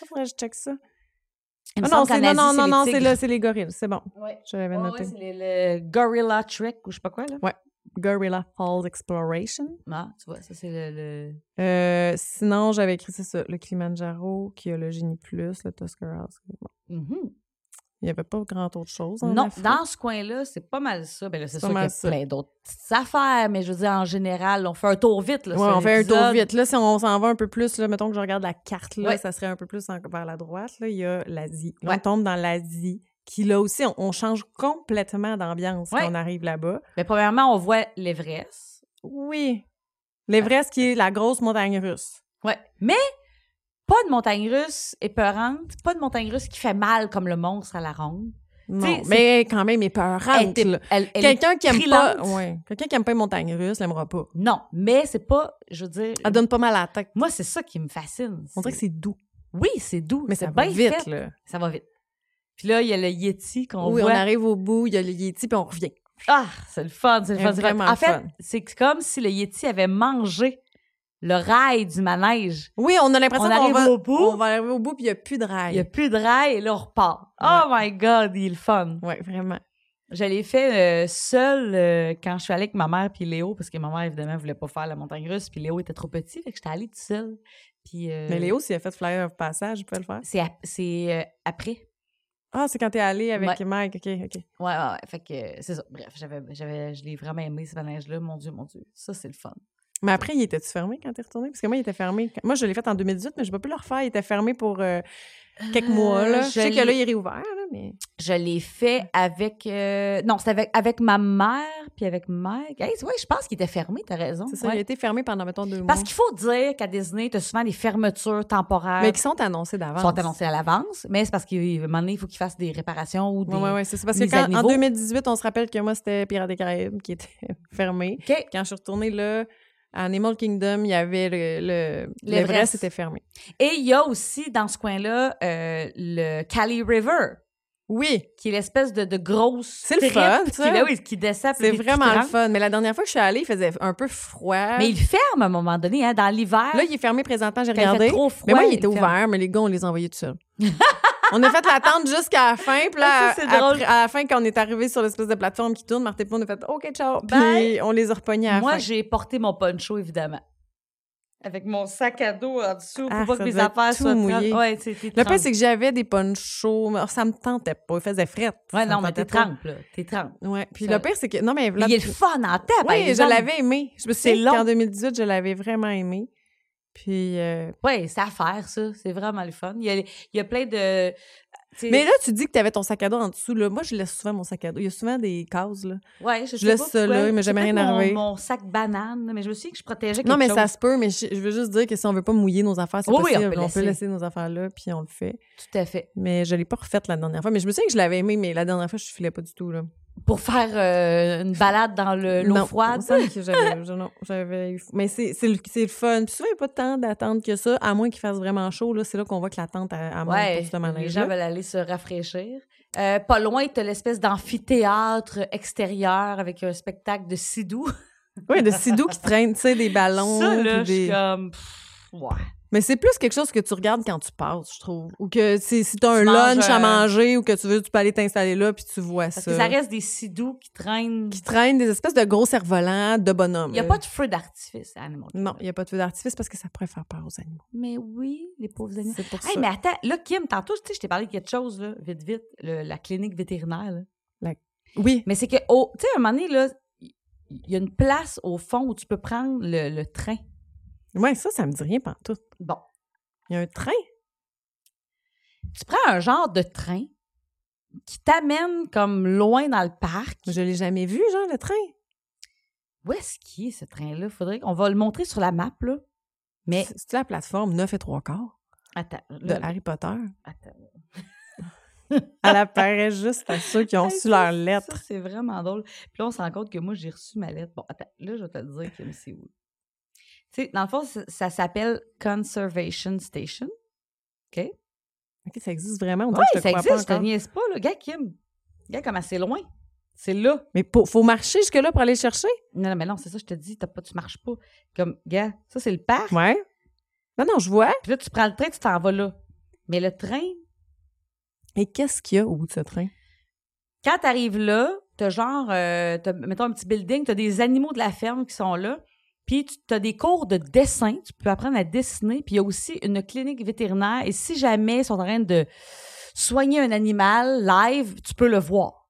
S2: Ça, faudrait que je check ça.
S1: Il me
S2: Ah non,
S1: semble qu'en
S2: c'est- non,
S1: Asie,
S2: non, non, non, c'est
S1: les
S2: là,
S1: tigres.
S2: c'est les gorilles. C'est bon,
S1: Ouais.
S2: je l'avais
S1: Ouais,
S2: noté.
S1: ouais, c'est le, le Gorilla Trek ou je sais pas quoi, là.
S2: Gorilla Falls Exploration.
S1: Ah, tu vois, ça, c'est le... le-
S2: Euh, sinon, j'avais écrit, c'est ça, le Kilimanjaro, qui a le Génie Plus, le Tusker House. Bon,
S1: Mhm.
S2: Il n'y avait pas grand autre chose. en
S1: Non,
S2: Afrique.
S1: dans ce coin-là, c'est pas mal ça. Ben là, c'est
S2: Pas
S1: sûr qu'il y
S2: mal
S1: a
S2: ça.
S1: plein d'autres petites affaires, mais je veux dire, en général, on fait un tour vite. Là,
S2: Ouais,
S1: sur
S2: on fait un tour
S1: l'épisode.
S2: vite. Là, si on s'en va un peu plus, là, mettons que je regarde la carte, là,
S1: Ouais.
S2: ça serait un peu plus en- vers la droite. Là, il y a l'Asie. Là, On
S1: Ouais.
S2: tombe dans l'Asie, qui là aussi, on, on change complètement d'ambiance
S1: Ouais.
S2: quand on arrive là-bas.
S1: Mais premièrement, on voit l'Everest.
S2: Oui. L'Everest, qui est la grosse montagne russe.
S1: Ouais. Mais pas de montagne russe épeurante, pas de montagne russe qui fait mal comme le monstre à la ronde.
S2: Non,
S1: T'sais, c'est-
S2: mais quand même
S1: Elle
S2: épeurante.
S1: était-
S2: là.
S1: elle- elle est-
S2: Quelqu'un qui aime pas,
S1: thrillante.
S2: ouais, quelqu'un qui aime pas les montagnes russes, l'aimera pas.
S1: Non, mais c'est pas, je veux dire,
S2: Elle donne pas mal à la tête.
S1: moi, c'est ça qui me fascine.
S2: Ah, On dirait que c'est doux,
S1: Oui, c'est doux.
S2: mais
S1: ça
S2: ça
S1: va
S2: va vite,
S1: fait.
S2: là.
S1: Ça va vite. Puis là, il y a le Yeti qu'on
S2: oui,
S1: voit.
S2: on arrive au bout, il y a le Yeti, puis on revient.
S1: Ah, c'est le fun, c'est le
S2: C'est
S1: fun. c'est le fun.
S2: vraiment
S1: En
S2: le
S1: fait,
S2: fun.
S1: c'est comme si le Yeti avait mangé le rail du manège.
S2: Oui, on a l'impression
S1: On
S2: qu'on
S1: arrive
S2: va,
S1: au bout.
S2: on va arriver au bout, puis il n'y a plus de
S1: Il n'y a
S2: rail.
S1: plus de rail et là, on repart. Oh my God, il est le fun.
S2: Oui, vraiment.
S1: Je l'ai fait euh, seule euh, quand je suis allée avec ma mère puis Léo, parce que ma mère, évidemment, voulait pas faire la montagne russe, puis Léo était trop petit, fait que j'étais allée toute seule. Puis, euh,
S2: Mais Léo, s'il a fait Flyer of Passage, il peut le faire.
S1: C'est, ap- c'est euh, après.
S2: Ah, c'est quand t'es allé avec
S1: Ouais.
S2: Mike, OK, OK.
S1: Ouais, ouais, ouais. Fait que euh, c'est ça. Bref, j'avais, j'avais, je l'ai vraiment aimé, ce manège-là. Mon Dieu, mon Dieu. Ça, c'est le fun.
S2: Mais après, il était-tu fermé quand t'es retourné? Parce que moi, il était fermé. Moi, je l'ai fait en 2018, mais j'ai pas pu le refaire. Il était fermé pour euh, quelques mois. Là.
S1: Euh,
S2: Je,
S1: je
S2: sais que là,
S1: l'ai-
S2: il est réouvert, là, mais.
S1: Je l'ai
S2: Mm.
S1: fait avec. euh, non, c'était avec, avec ma mère puis avec Mike. Hey, oui, je pense qu'il était fermé, t'as raison.
S2: C'est ça,
S1: Ouais.
S2: il a été fermé pendant, mettons, deux
S1: Parce
S2: mois.
S1: qu'il faut dire qu'à Disney, t'as souvent des fermetures temporaires
S2: Mais
S1: qui
S2: qui sont annoncés d'avance.
S1: sont annoncées à l'avance, mais c'est parce qu'à un moment donné, il faut qu'ils fassent des réparations ou des.
S2: Oui, oui, oui. C'est ça. parce que
S1: mises à
S2: quand, en
S1: niveau.
S2: 2018, on se rappelle que moi, c'était Pirates des Caraïbes qui était fermé.
S1: OK.
S2: Quand je suis retournée là, à Animal Kingdom, il y avait le. le
S1: L'Everest.
S2: L'Everest était fermé.
S1: Et il y a aussi dans ce coin-là euh, le Cali River,
S2: Oui,
S1: qui est l'espèce de, de grosse.
S2: C'est le
S1: tripe
S2: fun,
S1: qui,
S2: ça.
S1: ben oui, qui descend. puis
S2: c'est
S1: qui- qui
S2: vraiment le
S1: trempe.
S2: fun. Mais la dernière fois que je suis allée, il faisait un peu froid.
S1: Mais il ferme à un moment donné, hein, dans l'hiver.
S2: Là, il est fermé présentant, j'ai
S1: quand il fait
S2: regardé.
S1: trop froid.
S2: mais moi, il était
S1: ferme.
S2: ouvert, mais les gars, on les envoyait tout seuls. on a fait l'attente jusqu'à la fin. Puis là,
S1: Ah, ça, c'est
S2: après-
S1: drôle.
S2: à la fin, quand on est arrivé sur l'espèce de plateforme qui tourne, Martin et moi, on a fait OK, ciao. Puis
S1: Bye.
S2: on les a repognés à la
S1: Moi,
S2: fin.
S1: j'ai porté mon poncho, évidemment. Avec mon sac à dos en dessous pour
S2: Ah,
S1: pas
S2: ça
S1: que mes
S2: devait
S1: affaires
S2: être tout
S1: soient
S2: mouillé.
S1: trempées. Ouais, c'était
S2: Le pire, c'est que j'avais des ponchos. mais Ça me tentait pas. Il faisait fret.
S1: Ouais,
S2: Ça
S1: non,
S2: me
S1: mais t'es
S2: tentait pas.
S1: trempe, là. T'es trempe.
S2: Ouais. Puis
S1: Ça-
S2: le pire, c'est que. Non, mais.
S1: Mais
S2: voilà-
S1: il est le fun en tête. Ben, par
S2: Oui, je
S1: exemple.
S2: l'avais aimé. Je me
S1: C'est
S2: souviens qu'en
S1: long.
S2: 2018, je l'avais vraiment aimé. Puis. euh,
S1: Ouais, c'est à faire, ça. C'est vraiment le fun. Il y a, il y a plein de. tu sais-
S2: Mais là, tu dis que tu avais ton sac à dos en dessous. Là. Moi, je laisse souvent mon sac à dos. Il y a souvent des cases. Là.
S1: ouais, je, sais
S2: laisse
S1: pas
S2: ça
S1: pourquoi.
S2: là, il m'a
S1: C'est
S2: jamais
S1: peut-être
S2: rien
S1: mon-
S2: arrivé.
S1: Mon, sac banane, mais je me suis dit que je protégeais quelque
S2: Non, mais
S1: chose.
S2: ça se peut, mais je, je veux juste dire que si on veut pas mouiller nos affaires, c'est
S1: Oui, oui,
S2: possible.
S1: on peut laisser.
S2: laisser nos affaires là, puis on le fait.
S1: Tout à fait.
S2: Mais je l'ai pas refaite la dernière fois. Mais je me souviens que je l'avais aimé, mais la dernière fois, je filais pas du tout. Là.
S1: Pour faire euh, une balade dans le- l'eau
S2: Non, il
S1: froide.
S2: me semble que j'avais- je- non, j'avais eu- Mais c'est c'est le, c'est le fun. Puis souvent, il n'y a pas tant d'attente que ça, à moins qu'il fasse vraiment chaud. là. C'est là qu'on voit que la tente à, à monte
S1: Ouais,
S2: pour ce
S1: les
S2: manège
S1: gens veulent aller se rafraîchir. Euh, pas loin, t'as l'espèce d'amphithéâtre extérieur avec un spectacle de sidou.
S2: Oui, de Sidou qui traîne, tu sais, des ballons.
S1: ça,
S2: puis
S1: là, je
S2: des-
S1: suis comme... pff, ouais.
S2: Mais c'est plus quelque chose que tu regardes quand tu passes, je trouve. Ou que si, si tu as un
S1: Tu manges,
S2: lunch
S1: euh,
S2: à manger ou que tu veux, tu peux aller t'installer là, puis tu vois
S1: Parce
S2: ça.
S1: que ça reste des sidous qui traînent...
S2: Qui traînent des espèces de gros cerfs-volants de bonhommes.
S1: Il n'y a
S2: là.
S1: pas de feu d'artifice à Animal Kingdom.
S2: Non, il n'y a pas de feu d'artifice parce que ça pourrait faire peur aux animaux.
S1: Mais oui, les pauvres animaux.
S2: C'est pour
S1: Hey,
S2: ça.
S1: mais attends, là, Kim, tantôt, tu sais, je t'ai parlé de quelque chose, là, vite, vite, le- la clinique vétérinaire, là.
S2: Oui.
S1: Mais c'est que, au- tu sais, à un moment donné, là, il y a une place au fond où tu peux prendre le, le train.
S2: Ouais, ça, ça me dit rien pantoute.
S1: Bon,
S2: Il y a un train.
S1: tu prends un genre de train qui t'amène comme loin dans le parc.
S2: Je l'ai jamais vu, genre, le train.
S1: Où est-ce qu'il est ce train-là? Faudrait qu'on va le montrer sur la map, là. Mais
S2: C'est- C'est la plateforme 9 et 3 quarts
S1: attends,
S2: de
S1: là,
S2: Harry Potter.
S1: attends.
S2: Elle apparaît juste à ceux qui ont
S1: Hey, ça,
S2: su leur
S1: Ça,
S2: lettre.
S1: c'est vraiment drôle. Puis là, on se rend compte que moi, j'ai reçu ma lettre. Bon, attends, là, je vais te le dire, Kim, c'est où. Tu sais, dans le fond, ça, ça s'appelle Conservation Station.
S2: OK, ça existe vraiment. On dirait
S1: Oui,
S2: que je te
S1: ça
S2: crois
S1: existe, je
S2: pas
S1: te
S2: encore.
S1: niaise pas, là. Gars, Kim, gars, comment c'est loin. C'est là.
S2: Mais pour- faut marcher jusque-là pour aller le chercher?
S1: Non, non, mais non, c'est ça, je te dis, t'as pas, tu marches pas. Comme, gars, ça, c'est le parc.
S2: Ouais. Non, non, je vois.
S1: Puis là, tu prends le train, tu t'en vas là. Mais le train,
S2: Et qu'est-ce qu'il y a au bout de ce train?
S1: quand t'arrives là, t'as genre, euh, t'as, mettons, un petit building, t'as des animaux de la ferme qui sont là. Puis tu as des cours de dessin, tu peux apprendre à dessiner. Puis il y a aussi une clinique vétérinaire. Et si jamais ils sont en train de soigner un animal live, tu peux le voir.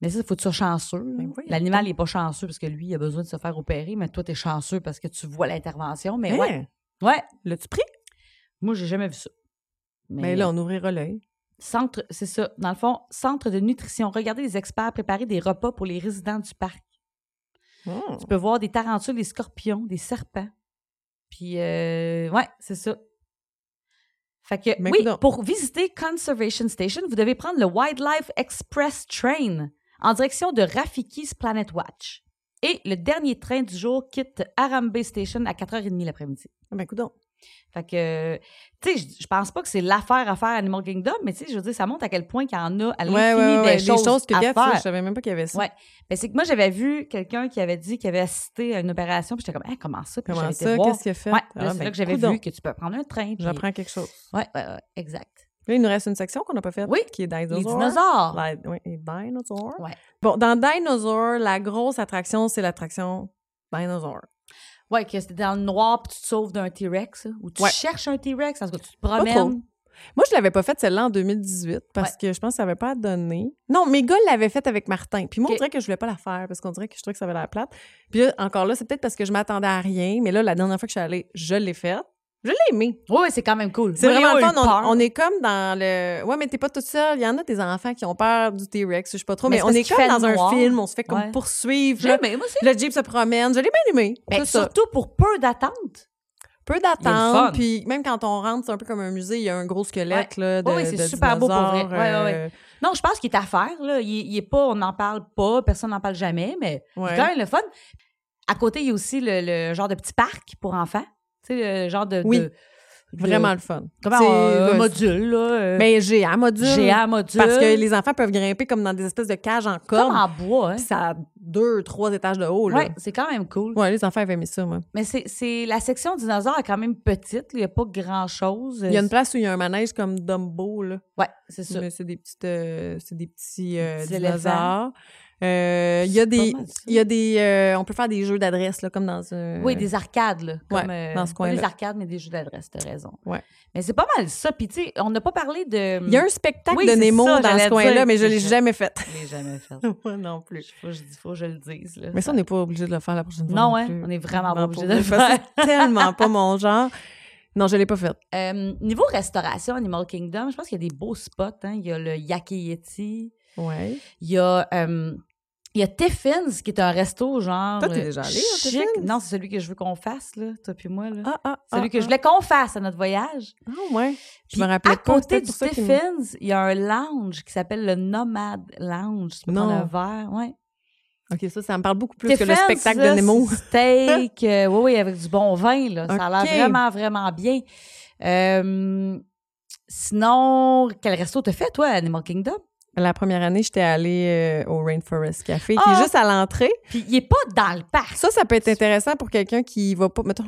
S1: Mais ça, il faut que tu sois chanceux. là.
S2: Mais Ben voyons
S1: Ben L'animal n'est pas chanceux parce que lui, il a besoin de se faire opérer, mais toi, tu es chanceux parce que tu vois l'intervention. Mais
S2: Hein?
S1: ouais, ouais,
S2: L'as-tu pris?
S1: Moi, j'ai jamais vu ça. Mais,
S2: Mais là, on ouvrira l'œil.
S1: centre, c'est ça. Dans le fond, centre de nutrition. Regardez les experts préparer des repas pour les résidents du parc.
S2: Hmm.
S1: Tu peux voir des tarentules, des scorpions, des serpents. Puis, euh, ouais, c'est ça. Fait que,
S2: Mais
S1: oui,
S2: coudonc.
S1: pour visiter Conservation Station, vous devez prendre le Wildlife Express Train en direction de Rafiki's Planet Watch. Et le dernier train du jour quitte Arambe Station à 4h30 l'après-midi.
S2: Ah Ben, coudonc.
S1: Fait que, tu sais, je- je pense pas que c'est l'affaire à faire Animal Kingdom, mais tu sais, je veux dire, ça montre à quel point qu'il y en a à l'infini
S2: Ouais, ouais, ouais, ouais.
S1: des, choses
S2: que
S1: à
S2: Gap, ça,
S1: faire.
S2: je savais même pas qu'il y avait ça.
S1: Ouais. Ben, c'est que moi, j'avais vu quelqu'un qui avait dit qu'il avait assisté à une opération, puis j'étais comme, Hey, comment ça? Puis
S2: Comment
S1: j'avais été
S2: ça?
S1: voir.
S2: Qu'est-ce qu'il a fait?
S1: Ouais,
S2: Ah,
S1: là, c'est
S2: ben,
S1: là que j'avais
S2: coudonc.
S1: vu que tu peux prendre un train. puis-
S2: J'apprends quelque chose.
S1: Ouais, ouais, ouais, exact.
S2: Là, il nous reste une section qu'on n'a pas faite.
S1: Oui,
S2: Qui est Dinosaur.
S1: Les dinosaures.
S2: La- oui, les Dinosaur.
S1: Ouais.
S2: Bon, dans Dinosaur, la grosse attraction, c'est l'attraction Dinosaur.
S1: Ouais, que c'était dans le noir, puis tu te sauves d'un T-Rex, hein, ou tu
S2: Ouais.
S1: cherches un T-Rex, en tout cas, tu te
S2: trop.
S1: promènes.
S2: Moi, je l'avais pas faite celle-là en 2018 parce que je pense que ça n'avait pas donné. Non, mes gars l'avaient faite avec Martin. Puis moi, on
S1: Ok.
S2: dirait que je voulais pas la faire parce qu'on dirait que je trouvais que ça avait la plate. Puis là, encore là, c'est peut-être parce que je m'attendais à rien. Mais là, la dernière fois que je suis allée, je l'ai faite. Je l'ai aimé.
S1: Oui, c'est quand même cool.
S2: C'est
S1: Moi,
S2: vraiment
S1: Léo
S2: le
S1: a
S2: fun.
S1: eu peur.
S2: On, on est comme dans le. Ouais, mais t'es pas toute seule. Il y en a des enfants qui ont peur du T-Rex. Je sais pas trop.
S1: Mais
S2: Mais,
S1: c'est
S2: on
S1: parce
S2: est
S1: qu'il
S2: comme
S1: fait
S2: dans
S1: noir.
S2: un film. On se fait comme
S1: Ouais.
S2: poursuivre.
S1: J'ai
S2: là.
S1: aimé, moi aussi.
S2: Le Jeep se promène. Je l'ai bien aimé.
S1: Ben,
S2: C'est ça.
S1: surtout pour peu d'attente.
S2: Peu
S1: Il y a le fun.
S2: d'attente. Puis même quand on rentre, c'est un peu comme un musée. Il y a un gros squelette là, de.
S1: Oui, oui, c'est
S2: de
S1: super beau pour vrai.
S2: dinosaure,
S1: Ouais, ouais,
S2: euh,
S1: Non, je pense qu'il est à faire. Là. Il, il est pas, on n'en parle pas, personne n'en parle jamais, mais
S2: ouais.
S1: c'est quand même le fun. À côté, il y a aussi le, le genre de petit parc pour enfants. Tu sais, le genre de.
S2: Oui,
S1: de- de-
S2: Vraiment le fun.
S1: euh, comment
S2: C'est-
S1: on- euh, un
S2: là,
S1: module, là.
S2: Mais GA module.
S1: GA module.
S2: Parce que les enfants peuvent grimper comme dans des espèces de cages en
S1: Comme
S2: corne.
S1: en bois, hein.
S2: Puis ça a deux, trois étages de haut. Là.
S1: Ouais, c'est quand même cool.
S2: Ouais, les enfants avaient aimé ça, moi.
S1: Mais c'est, c'est- la section dinosaure est quand même petite. Il n'y a pas grand-chose.
S2: Il y a une place où il y a un manège comme Dumbo, là.
S1: Ouais, c'est ça.
S2: Mais C'est des petites, euh, c'est des petits, euh,
S1: Des petits
S2: dinosaures. Euh, Il y a
S1: C'est
S2: des,
S1: pas mal ça.
S2: il y a des, euh, on peut faire des jeux d'adresse là, comme dans un.
S1: Oui, des arcades, là. Comme,
S2: euh, Ouais,
S1: euh,
S2: dans ce
S1: Pas des
S2: coin-là.
S1: arcades, mais des jeux d'adresse, t'as raison.
S2: Ouais.
S1: Mais c'est pas mal ça. Puis, tu sais, on n'a pas parlé de.
S2: Il y a un spectacle
S1: Oui,
S2: de
S1: c'est
S2: Nemo
S1: ça,
S2: dans
S1: j'allais
S2: ce coin-là,
S1: dire.
S2: mais je l'ai
S1: Je-
S2: jamais fait.
S1: Je l'ai jamais fait.
S2: Moi non plus.
S1: Faut que je, dis- faut que je le dise, là.
S2: Mais ça, on n'est pas obligé de le faire la prochaine fois.
S1: Non,
S2: non
S1: hein,
S2: plus.
S1: on est vraiment pas obligé de
S2: pas
S1: le
S2: parce
S1: faire.
S2: que C'est tellement pas mon genre. Non, je l'ai pas fait.
S1: Euh, niveau restauration, Animal Kingdom, je pense qu'il y a des beaux spots. hein. Il y a le Yaki Yeti.
S2: Ouais.
S1: Il y a. euh, il y a Tiffins, qui est un resto genre.
S2: Toi, t'es
S1: euh,
S2: déjà allée à
S1: chic.
S2: Tiffin's?
S1: Non, c'est celui que je veux qu'on fasse, là, toi puis moi. Là.
S2: Ah ah.
S1: celui
S2: ah,
S1: que
S2: ah.
S1: je voulais qu'on fasse à notre voyage.
S2: Ah ouais. Je
S1: Puis,
S2: me rappelais
S1: à
S2: pas,
S1: côté
S2: c'était
S1: du
S2: pour ça qu'il me-
S1: Tiffins, il y a un lounge qui s'appelle le Nomad Lounge. Tu peux
S2: Non.
S1: prendre un verre, ouais.
S2: Ok, ça, ça me parle beaucoup plus que le
S1: Tiffins,
S2: spectacle
S1: là,
S2: de Nemo.
S1: c'est Steak, euh, oui, oui, avec du bon vin, là. Ça a
S2: Ok.
S1: l'air vraiment, vraiment bien. Euh, sinon, quel resto t'as fait, toi, à Animal Kingdom?
S2: La première année, j'étais allée euh, au Rainforest Café, qui
S1: Ah!
S2: est juste à l'entrée.
S1: Puis, il est pas dans le parc.
S2: Ça, ça peut être intéressant pour quelqu'un qui va pas, mettons...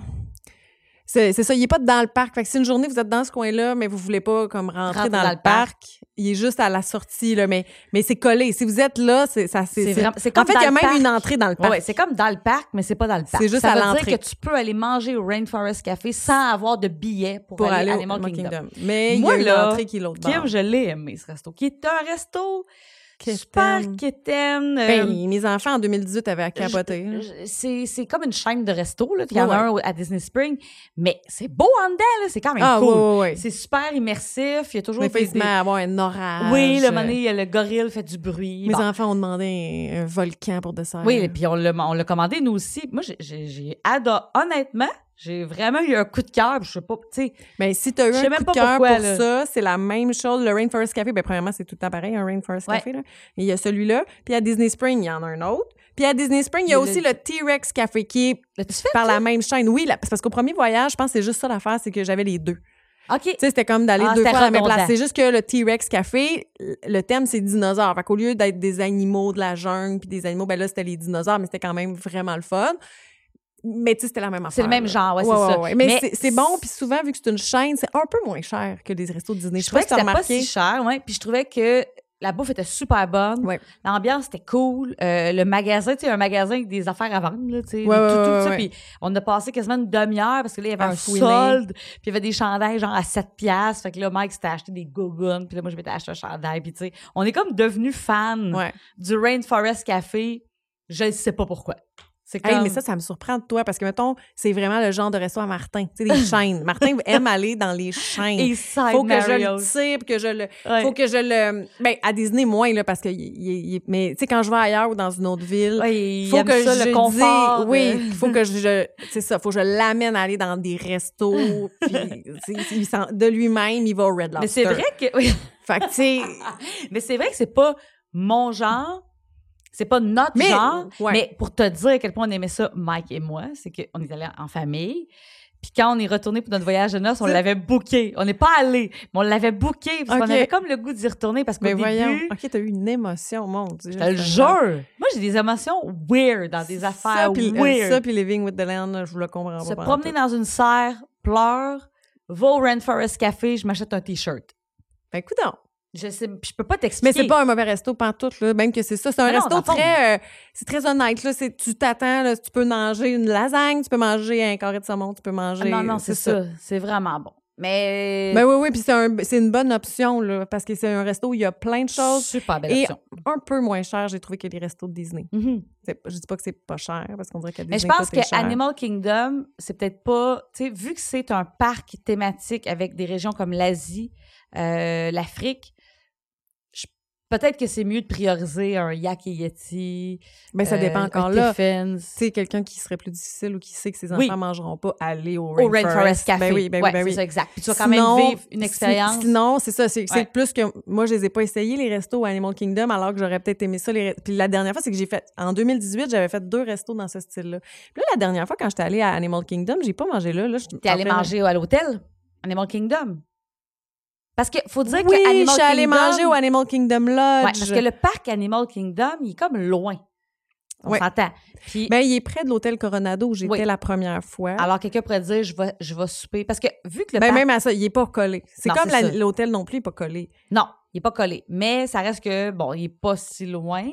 S2: C'est c'est ça, il est pas dans le parc. Fait que si une journée, vous êtes dans ce coin-là, mais vous voulez pas comme rentrer
S1: Rentrer
S2: dans, le parc, il est juste à la sortie, là, mais, mais c'est collé. Si vous êtes là, c'est ça.
S1: C'est
S2: c'est-
S1: vraiment- c'est
S2: En
S1: comme
S2: fait,
S1: dans
S2: il y a
S1: le
S2: même
S1: parc.
S2: une entrée dans le
S1: Ouais,
S2: parc.
S1: ouais, c'est comme dans le parc, mais c'est pas dans le parc.
S2: C'est juste
S1: ça
S2: à
S1: veut dire
S2: l'entrée.
S1: que tu peux aller manger au Rainforest Café sans avoir de billet pour,
S2: pour
S1: aller,
S2: aller
S1: à
S2: au
S1: Animal Kingdom.
S2: Mais
S1: Moi,
S2: il y a
S1: là,
S2: une entrée qui est l'autre
S1: Kim,
S2: bord.
S1: je l'ai aimé, ce resto, qui est un resto
S2: Quétaine.
S1: super quétaine. euh,
S2: Ben, mes enfants, en 2018, avaient capoté.
S1: je- je- C'est c'est comme une chaîne de resto. Là. Il y en
S2: Ouais,
S1: a un au- à Disney Spring. Mais c'est beau en dedans. là. C'est quand même
S2: Ah,
S1: cool.
S2: ouais, ouais, ouais.
S1: C'est super immersif. Il y a toujours
S2: Mais
S1: des-
S2: il se met à avoir un orage.
S1: Oui, le
S2: euh,
S1: moment donné, il y a le gorille fait du bruit.
S2: Mes
S1: Bon.
S2: enfants ont demandé un, un volcan pour dessert.
S1: Oui, et puis on l'a on l'a commandé, nous aussi. Moi, j'ai- j'ai j'ai adoré. Honnêtement, j'ai vraiment eu un coup de cœur. Je sais pas, tu sais,
S2: Mais Ben, si tu as eu
S1: Je sais
S2: un
S1: même
S2: coup
S1: pas
S2: de cœur
S1: pourquoi,
S2: pour
S1: là.
S2: ça, c'est la même chose. Le Rainforest Café, ben, premièrement, c'est tout le temps pareil, un Rainforest
S1: Ouais.
S2: Café. là. Il y a celui-là. Puis à Disney Spring, il y en a un autre. Puis à Disney Spring, il y a
S1: Mais
S2: aussi
S1: le-
S2: le T-Rex Café qui est
S1: l'as-tu fait?
S2: par la même chaîne. Oui, la- c'est parce qu'au premier voyage, je pense que c'est juste ça l'affaire, c'est que j'avais les deux.
S1: OK.
S2: Tu sais, c'était comme d'aller
S1: Ah,
S2: deux
S1: c'était
S2: fois à la même
S1: redondant.
S2: place. C'est juste que le T-Rex Café, le thème, c'est dinosaures. Fait qu'au lieu d'être des animaux de la jungle puis des animaux, ben là, c'était les dinosaures, mais c'était quand même vraiment le fun. Mais tu sais, c'était la même affaire.
S1: C'est le même
S2: là.
S1: genre, ouais,
S2: Ouais,
S1: c'est
S2: ouais,
S1: ça.
S2: ouais. Mais, c'est- c'est bon, puis souvent, vu que c'est une chaîne, c'est un peu moins cher que les restos de Disney.
S1: Je trouvais que
S2: t'as
S1: c'était pas si cher, ouais. Puis je trouvais que la bouffe était super bonne.
S2: Ouais.
S1: L'ambiance était cool. Euh, le magasin, tu sais, un magasin avec des affaires à vendre, là, tu sais,
S2: Ouais,
S1: des
S2: ouais,
S1: toutous,
S2: ouais,
S1: tout ça.
S2: ouais.
S1: Puis on a passé quasiment une demi-heure parce que là, il y avait
S2: À
S1: un
S2: fouiner.
S1: solde. Puis il y avait des chandails genre à 7 piastres. Fait que là, Mike s'était acheté des gougounes. Puis là, moi, je m'étais acheté un chandail. Puis tu sais, on est comme devenus fans
S2: Ouais.
S1: du Rainforest Café. Je ne sais pas pourquoi. C'est comme...
S2: Hey, mais ça, ça me surprend de toi parce que, mettons, c'est vraiment le genre de resto à Martin. Tu sais, les chaînes. Martin aime aller dans les chaînes.
S1: Et ça,
S2: faut que je le tire, puis que je le. Faut que je le. Ben, à Disney, moins, là, parce que. il- il- il- mais, tu sais, quand je vais ailleurs ou dans une autre ville.
S1: il
S2: faut
S1: aime
S2: que
S1: ça,
S2: je
S1: le
S2: dise-
S1: confort. de-
S2: oui, il faut que je, je- c'est ça, faut que je l'amène à aller dans des restos, puis tu sais, il s'en- de lui-même, il va au Red Lobster.
S1: Mais c'est vrai que. oui.
S2: Fait que, tu sais,
S1: Mais c'est vrai que c'est pas mon genre, c'est pas notre
S2: Mais,
S1: genre.
S2: ouais.
S1: Mais pour te dire à quel point on aimait ça, Mike et moi, c'est qu'on est allés en famille. Puis quand on est retourné pour notre voyage de noces, on
S2: C'est-
S1: l'avait booké. On n'est pas allé, mais on l'avait booké parce
S2: Ok.
S1: qu'on avait comme le goût d'y retourner parce qu'au
S2: mais
S1: début,
S2: voyant, ok, t'as eu une émotion, mon Dieu.
S1: je te le jure, moi j'ai des émotions weird dans des affaires
S2: ça, puis, euh,
S1: weird.
S2: Ça, puis Living with the Land, je vous le comprends pas.
S1: Se
S2: pendant
S1: promener
S2: tout.
S1: dans une serre, pleure, va au Rainforest Café, je m'achète un t-shirt.
S2: Ben, coudonc.
S1: Je sais, puis je peux pas t'expliquer.
S2: Mais c'est pas un mauvais resto pantoute, là, même que c'est ça. C'est un
S1: Mais non, dans
S2: resto
S1: le fond.
S2: très, euh, c'est très honnête. Là, c'est, tu t'attends, là,
S1: Ah,
S2: tu peux manger une lasagne, tu peux manger un carré de saumon, tu peux manger.
S1: Non, non, c'est ça. C'est vraiment bon. Mais.
S2: Ben oui, oui, puis c'est un- c'est une bonne option, là, parce que c'est un resto où il y a plein de choses.
S1: Super belle
S2: Et-
S1: option.
S2: Un peu moins cher, j'ai trouvé, que les restos de Disney.
S1: Mhm.
S2: C'est- Je dis pas que c'est pas cher, parce qu'on dirait qu'à Disney,
S1: Mais je pense
S2: tout est
S1: que
S2: cher.
S1: Animal Kingdom, c'est peut-être pas. Tu sais, vu que c'est un parc thématique avec des régions comme l'Asie, euh, l'Afrique, je- peut-être que c'est mieux de prioriser un Yak et Yeti.
S2: Ben, ça
S1: euh,
S2: dépend encore
S1: un
S2: là.
S1: Tiffins.
S2: Tu sais, quelqu'un qui serait plus difficile ou qui sait que ses enfants
S1: Oui.
S2: mangeront pas, aller au
S1: Au
S2: Rainforest,
S1: Rainforest Café.
S2: Ben oui, ben oui,
S1: Ouais,
S2: ben oui.
S1: c'est ça, exact. Puis tu vas quand
S2: Sinon,
S1: même vivre une
S2: si-
S1: expérience.
S2: Sinon, c'est ça. C'est c'est
S1: Ouais.
S2: plus que moi, je les ai pas essayés, les restos au Animal Kingdom, alors que j'aurais peut-être aimé ça. Les... re- Puis la dernière fois, c'est que j'ai fait. En 2018, j'avais fait deux restos dans ce style-là. Puis là, la dernière fois, quand j'étais allée à Animal Kingdom, j'ai pas mangé là. là je-
S1: T'es allé
S2: en fait,
S1: manger à l'hôtel, Animal Kingdom. Parce qu'il faut dire
S2: Oui,
S1: que Animal
S2: je suis allée
S1: Kingdom-
S2: manger au Animal Kingdom
S1: Ouais,
S2: Lodge.
S1: parce que le parc Animal Kingdom, il est comme loin. On
S2: Ouais.
S1: s'entend. Puis,
S2: Ben, il est près de l'hôtel Coronado où j'étais
S1: Oui.
S2: la première fois.
S1: alors, quelqu'un pourrait dire, je vais, je vais souper. Parce que vu que le
S2: Ben,
S1: parc.
S2: même à ça, il est pas collé. C'est
S1: Non,
S2: comme
S1: c'est
S2: la-
S1: ça.
S2: l'hôtel non plus, il est pas collé.
S1: Non, il n'est pas collé. Mais ça reste que, bon, il n'est pas si loin.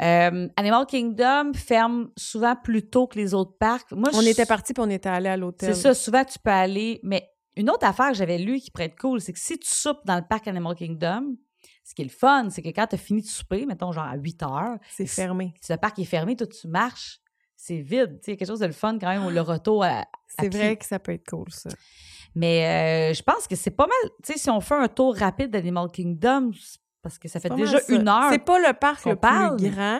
S1: Euh, Animal Kingdom ferme souvent plus tôt que les autres parcs. Moi,
S2: On
S1: je-
S2: était partis puis on était allé à l'hôtel.
S1: C'est ça, souvent tu peux aller. Mais une autre affaire que j'avais lue qui pourrait être cool, c'est que si tu soupes dans le parc Animal Kingdom, ce qui est le fun, c'est que quand tu as fini de souper, mettons genre à 8 heures,
S2: C'est fermé.
S1: si le parc est fermé, toi tu marches, c'est vide. Tu sais, Il y a quelque chose de le fun quand même, au le retour à,
S2: C'est
S1: pied.
S2: vrai que ça peut être cool, ça.
S1: Mais euh, je pense que c'est pas mal. Tu sais, si on fait un tour rapide d'Animal Kingdom, c'est parce que ça fait
S2: Pas
S1: déjà
S2: mal ça.
S1: une heure.
S2: C'est pas le parc
S1: qu'on
S2: le
S1: parle.
S2: plus grand,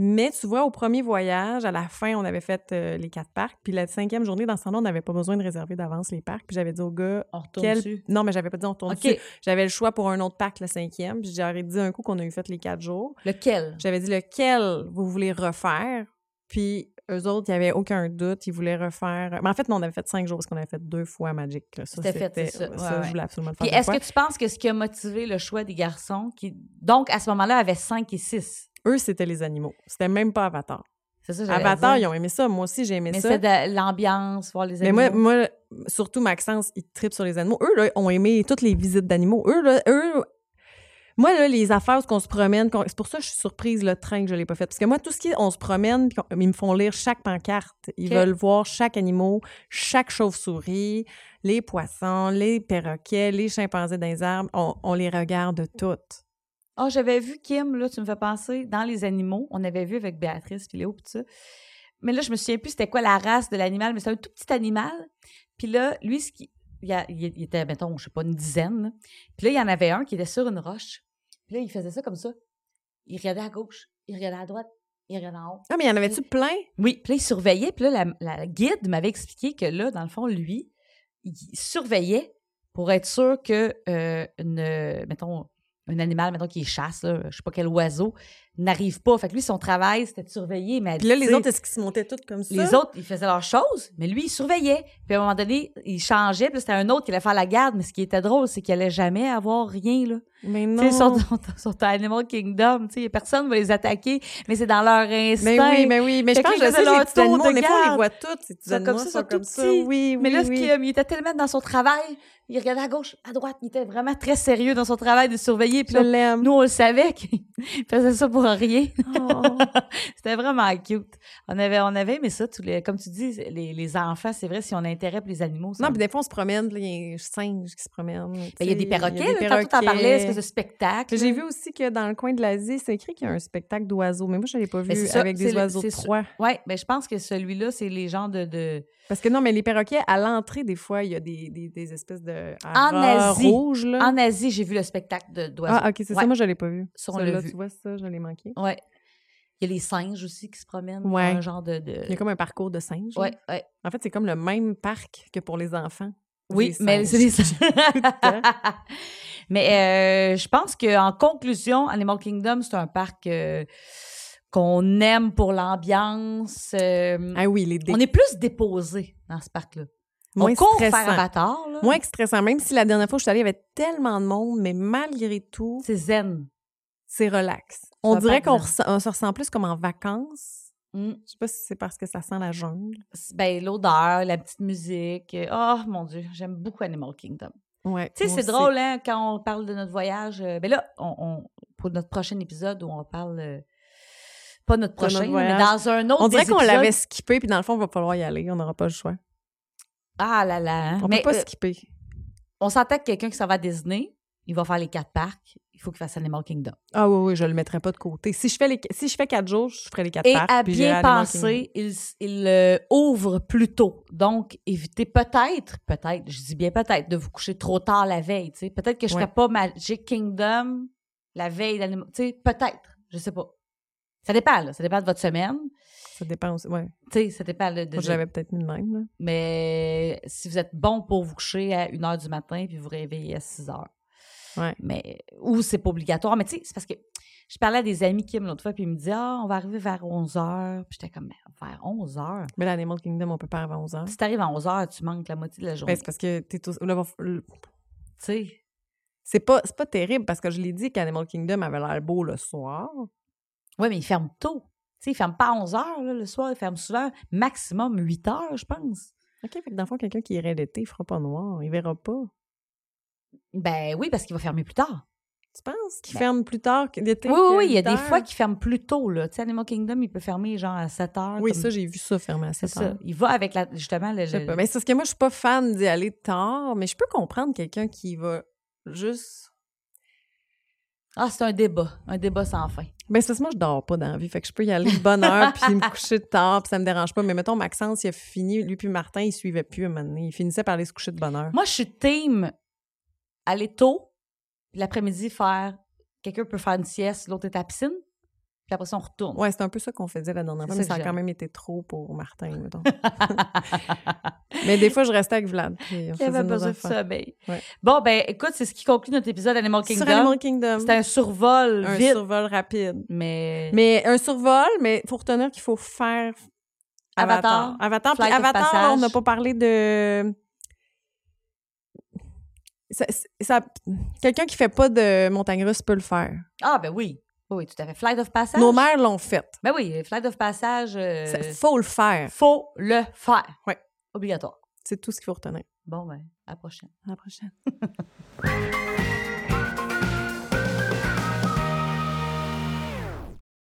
S2: mais tu vois, au premier voyage, à la fin, on avait fait euh, les quatre parcs. Puis la cinquième journée, dans ce temps-là, on n'avait pas besoin de réserver d'avance les parcs. Puis j'avais dit au gars,
S1: On retourne
S2: quel...
S1: dessus.
S2: Non, mais j'avais pas dit on tourne
S1: OK.
S2: dessus. J'avais le choix pour un autre parc, le cinquième. Puis j'aurais dit un coup qu'on a eu fait les quatre jours.
S1: Lequel?
S2: J'avais dit lequel vous voulez refaire. Puis eux autres, il n'y avait aucun doute, ils voulaient refaire. Mais en fait, non, on avait fait cinq jours parce qu'on avait fait deux fois Magic. là. Ça,
S1: C'était fait, c'est ça. Ouais,
S2: je voulais absolument le faire.
S1: Puis
S2: deux
S1: est-ce
S2: fois.
S1: que tu penses que ce qui a motivé le choix des garçons, qui donc à ce moment-là avaient 5 et 6?
S2: Eux, c'était les animaux. C'était même pas Avatar.
S1: C'est ça, j'allais
S2: Avatar,
S1: dire.
S2: ils ont aimé ça. Moi aussi, j'ai aimé
S1: Mais
S2: ça.
S1: c'est de l'ambiance, voir les
S2: Mais
S1: animaux.
S2: moi, moi, surtout Maxence, il tripe sur les animaux. Eux, là, ont aimé toutes les visites d'animaux. Eux, là, eux, moi, là, les affaires où qu'on se promène, qu'on- c'est pour ça que je suis surprise le train que je l'ai pas fait. Parce que moi, tout ce qui est, on se promène, puis qu'on- ils me font lire chaque pancarte. Ils
S1: Ok.
S2: veulent voir chaque animal, chaque chauve-souris, les poissons, les perroquets, les chimpanzés dans les arbres. On, on les regarde toutes.
S1: Oh, j'avais vu Kim, là, tu me fais penser, dans Les Animaux, on avait vu avec Béatrice, Philéo, pis ça. Mais là, je me souviens plus c'était quoi la race de l'animal, mais c'est un tout petit animal. Puis là, lui, ce qui, il, y a- il y- il était, mettons, je sais pas, une dizaine. là. Puis là, il y en avait un qui était sur une roche. Puis là, il faisait ça comme ça. Il regardait à gauche, il regardait à droite, il regardait en haut.
S2: Ah, mais il y en avait-tu plein?
S1: Oui, puis là, il surveillait. Puis là, la, la guide m'avait expliqué que là, dans le fond, lui, il surveillait pour être sûr que, euh, une, mettons, un animal, mettons, qui chasse, là, je sais pas quel oiseau, n'arrive pas. Fait que lui, son travail, c'était de surveiller. Mais elle
S2: Puis là,
S1: dit,
S2: les
S1: tu sais,
S2: autres, est-ce qu'ils se montaient toutes comme ça?
S1: les autres, ils faisaient leurs choses, mais lui, il surveillait. Puis à un moment donné, il changeait. Puis là, c'était un autre qui allait faire la garde. Mais ce qui était drôle, c'est qu'il allait jamais avoir rien, là. Tu sais,
S2: Mais non.
S1: ils sont, ils sont à Animal Kingdom, tu sais, personne va les attaquer, mais c'est dans leur instinct.
S2: Mais Ben oui, mais oui, mais
S1: Fait
S2: je
S1: que
S2: pense que
S1: là,
S2: je
S1: ils faisaient
S2: sais,
S1: leur
S2: les petits
S1: tour
S2: animaux,
S1: de
S2: des fois, on
S1: garde.
S2: les voit toutes. Ces petits
S1: Ils sont
S2: animaux
S1: comme ça, ils
S2: sont
S1: sont
S2: comme
S1: tout
S2: ça.
S1: petits.
S2: Oui,
S1: Mais
S2: oui,
S1: là, ce
S2: oui.
S1: qui, euh, il était tellement dans son travail, il regardait à gauche, à droite, il était vraiment très sérieux dans son travail de surveiller. Puis
S2: Je
S1: là,
S2: l'aime.
S1: nous, on le savait qu'il faisait ça pour rien. Oh, C'était vraiment cute. On avait, on avait aimé ça. Tous les, comme tu dis, les, les enfants, c'est vrai, si on a intérêt pour les animaux. ça-
S2: Non, puis des fois, on se promène, puis là, il y a un singe qui se promène. tu
S1: Ben, il y a
S2: sais,
S1: des perroquets.
S2: il y a des
S1: là, Tantôt, t'en parlais,
S2: perroquets.
S1: espèce de spectacle.
S2: J'ai vu aussi que dans le coin de l'Asie, c'est écrit qu'il y a un spectacle d'oiseaux, mais moi, je l'ai pas
S1: Mais
S2: vu
S1: Ben, c'est ça,
S2: avec
S1: c'est
S2: des
S1: le-
S2: oiseaux
S1: c'est
S2: de
S1: ça.
S2: proie.
S1: Oui, mais ben, je pense que celui-là, c'est les gens de. de...
S2: Parce que non, mais les perroquets, à l'entrée, des fois, il y a des, des, des espèces de
S1: En
S2: haras
S1: Asie.
S2: rouges. Là.
S1: En Asie, j'ai vu le spectacle de- d'oiseaux.
S2: Ah, OK, c'est
S1: Ouais.
S2: ça, moi, je l'ai pas vu.
S1: Ça, on
S2: Celui-là,
S1: l'a vu.
S2: tu vois, ça, je l'ai manqué.
S1: Ouais. Il y a les singes aussi qui se promènent.
S2: Ouais.
S1: Un genre de. de...
S2: Il y a comme un parcours de singes.
S1: Euh,
S2: là.
S1: Ouais, ouais.
S2: En fait, c'est comme le même parc que pour les enfants.
S1: Oui,
S2: Des
S1: mais
S2: singes.
S1: c'est des
S2: temps.
S1: mais euh, je pense qu'en conclusion, Animal Kingdom, c'est un parc euh, qu'on aime pour l'ambiance. euh,
S2: Ah oui, les dé-
S1: On est plus déposé dans ce parc-là.
S2: moins
S1: on court faire
S2: stressants.
S1: Avatar, là.
S2: Moins stressant, même si la dernière fois où je suis allée, il y avait tellement de monde, mais malgré tout,
S1: C'est zen.
S2: c'est relax. On
S1: Ça
S2: dirait
S1: parle
S2: qu'on
S1: bien.
S2: ressent- on se ressent plus comme en vacances.
S1: Mm.
S2: Je sais pas si c'est parce que ça sent la jungle.
S1: C'est- Ben, l'odeur, la petite musique. euh, Oh mon Dieu, j'aime beaucoup Animal Kingdom.
S2: Ouais.
S1: Tu sais,
S2: moi
S1: c'est
S2: aussi.
S1: drôle, hein, quand on parle de notre voyage. euh, ben là, on, on- pour notre prochain épisode où on parle. euh, pas notre
S2: notre
S1: prochain, mais
S2: voyage.
S1: dans un autre.
S2: On dirait
S1: des
S2: qu'on
S1: épisodes.
S2: l'avait skippé, puis dans le fond, il va falloir y aller. On n'aura pas le choix.
S1: Ah là là. hein.
S2: On
S1: mais
S2: peut pas
S1: euh,
S2: skipper.
S1: on s'entend que quelqu'un qui s'en va à Disney, il va faire les quatre parcs. Il faut qu'il fasse Animal Kingdom.
S2: Ah oui, oui, je le mettrais pas de côté. Si je fais, les, si je fais quatre jours, je ferai les quatre
S1: Et
S2: parcs.
S1: à
S2: puis
S1: bien
S2: j'irai Animal Kingdom.
S1: penser, il, s- il, euh, ouvre plus tôt. Donc, évitez peut-être, peut-être, je dis bien peut-être, de vous coucher trop tard la veille. tu sais. Peut-être que je ne
S2: Ouais.
S1: ferais pas Magic Kingdom la veille d'Animal tu sais, Peut-être, je sais pas. Ça dépend, là. Ça dépend de votre semaine.
S2: Ça dépend aussi. Ouais.
S1: Tu sais, ça dépend là, de,
S2: Moi, je l'avais peut-être mis de même. là.
S1: Mais si vous êtes bon pour vous coucher à 1 h du matin puis vous réveiller à 6 h.
S2: Ouais.
S1: Mais, ou c'est pas obligatoire. Mais tu sais, c'est parce que je parlais à des amis Kim l'autre fois, puis ils me disaient Ah, on va arriver vers 11 h. Puis j'étais comme Mais Vers 11 h.
S2: Mais l'Animal Kingdom, on peut pas avant 11 heures.
S1: Si t'arrives à 11 h, tu manques la moitié de la
S2: Ben,
S1: journée.
S2: c'est parce que t'es tout... là, va- le-
S1: tu sais.
S2: C'est pas, c'est pas terrible parce que je l'ai dit qu'Animal Kingdom avait l'air beau le soir.
S1: Oui, mais ils ferment tôt. Tu sais, ils ferment pas à 11 h le soir. Ils ferment souvent maximum 8 h, je pense.
S2: OK, fait que dans le fond, quelqu'un qui irait l'été, il fera pas noir. Il verra pas.
S1: Ben oui, parce qu'il va fermer plus tard.
S2: Tu penses qu'il
S1: Ben-
S2: ferme plus tard que l'été?
S1: Oui, oui,
S2: que
S1: oui, il y a
S2: huit
S1: des
S2: heures?
S1: fois qu'ils ferment plus tôt. Là. Tu sais, Animal Kingdom, il peut fermer genre à 7 h.
S2: Oui, ça, j'ai vu ça fermer à
S1: C'est ça.
S2: 7 heures.
S1: Il va avec la, justement le.
S2: Je sais
S1: le-
S2: pas. Mais c'est parce que moi, je suis pas fan d'y aller tard, mais je peux comprendre quelqu'un qui va juste.
S1: Ah, c'est un débat. Un débat sans fin.
S2: Ben, c'est parce que moi, je dors pas dans la vie. Fait que je peux y aller de bonne heure puis me coucher tard, puis ça me dérange pas. Mais mettons, Maxence, il a fini, lui puis Martin, ils suivaient plus à un moment donné. Ils finissaient par aller se coucher de bonne heure.
S1: Moi, je suis team aller tôt, puis l'après-midi faire. Quelqu'un peut faire une sieste, l'autre est à la piscine, puis après ça, on retourne.
S2: Ouais, c'est un peu ça qu'on faisait la dernière
S1: C'est
S2: fois,
S1: ça
S2: mais
S1: que
S2: ça a
S1: j'aime.
S2: quand même été trop pour Martin, mettons. mais des fois, je restais avec Vlad. Puis on
S1: Il
S2: faisait
S1: avait
S2: nos
S1: besoin de
S2: affaires.
S1: sommeil.
S2: Ouais.
S1: Bon, ben, écoute, c'est ce qui conclut notre épisode Animal Kingdom.
S2: Sur Animal Kingdom.
S1: C'était un survol
S2: un
S1: vite,
S2: survol rapide.
S1: mais.
S2: Mais un survol, mais faut retenir qu'il faut faire
S1: Avatar.
S2: Avatar. Puis
S1: Flight of
S2: Avatar, là, on n'a
S1: Passage.
S2: pas parlé de. Ça, ça- Quelqu'un qui fait pas de montagne russe peut le faire.
S1: Ah, ben oui. Oui, oui, tout à fait. Flight of Passage.
S2: Nos mères l'ont fait.
S1: Ben oui, Flight of Passage, euh,
S2: Ça- faut le faire.
S1: faut le faire.
S2: Ouais.
S1: Obligatoire.
S2: C'est tout ce qu'il faut retenir.
S1: Bon, ben, à la prochaine.
S2: À la prochaine.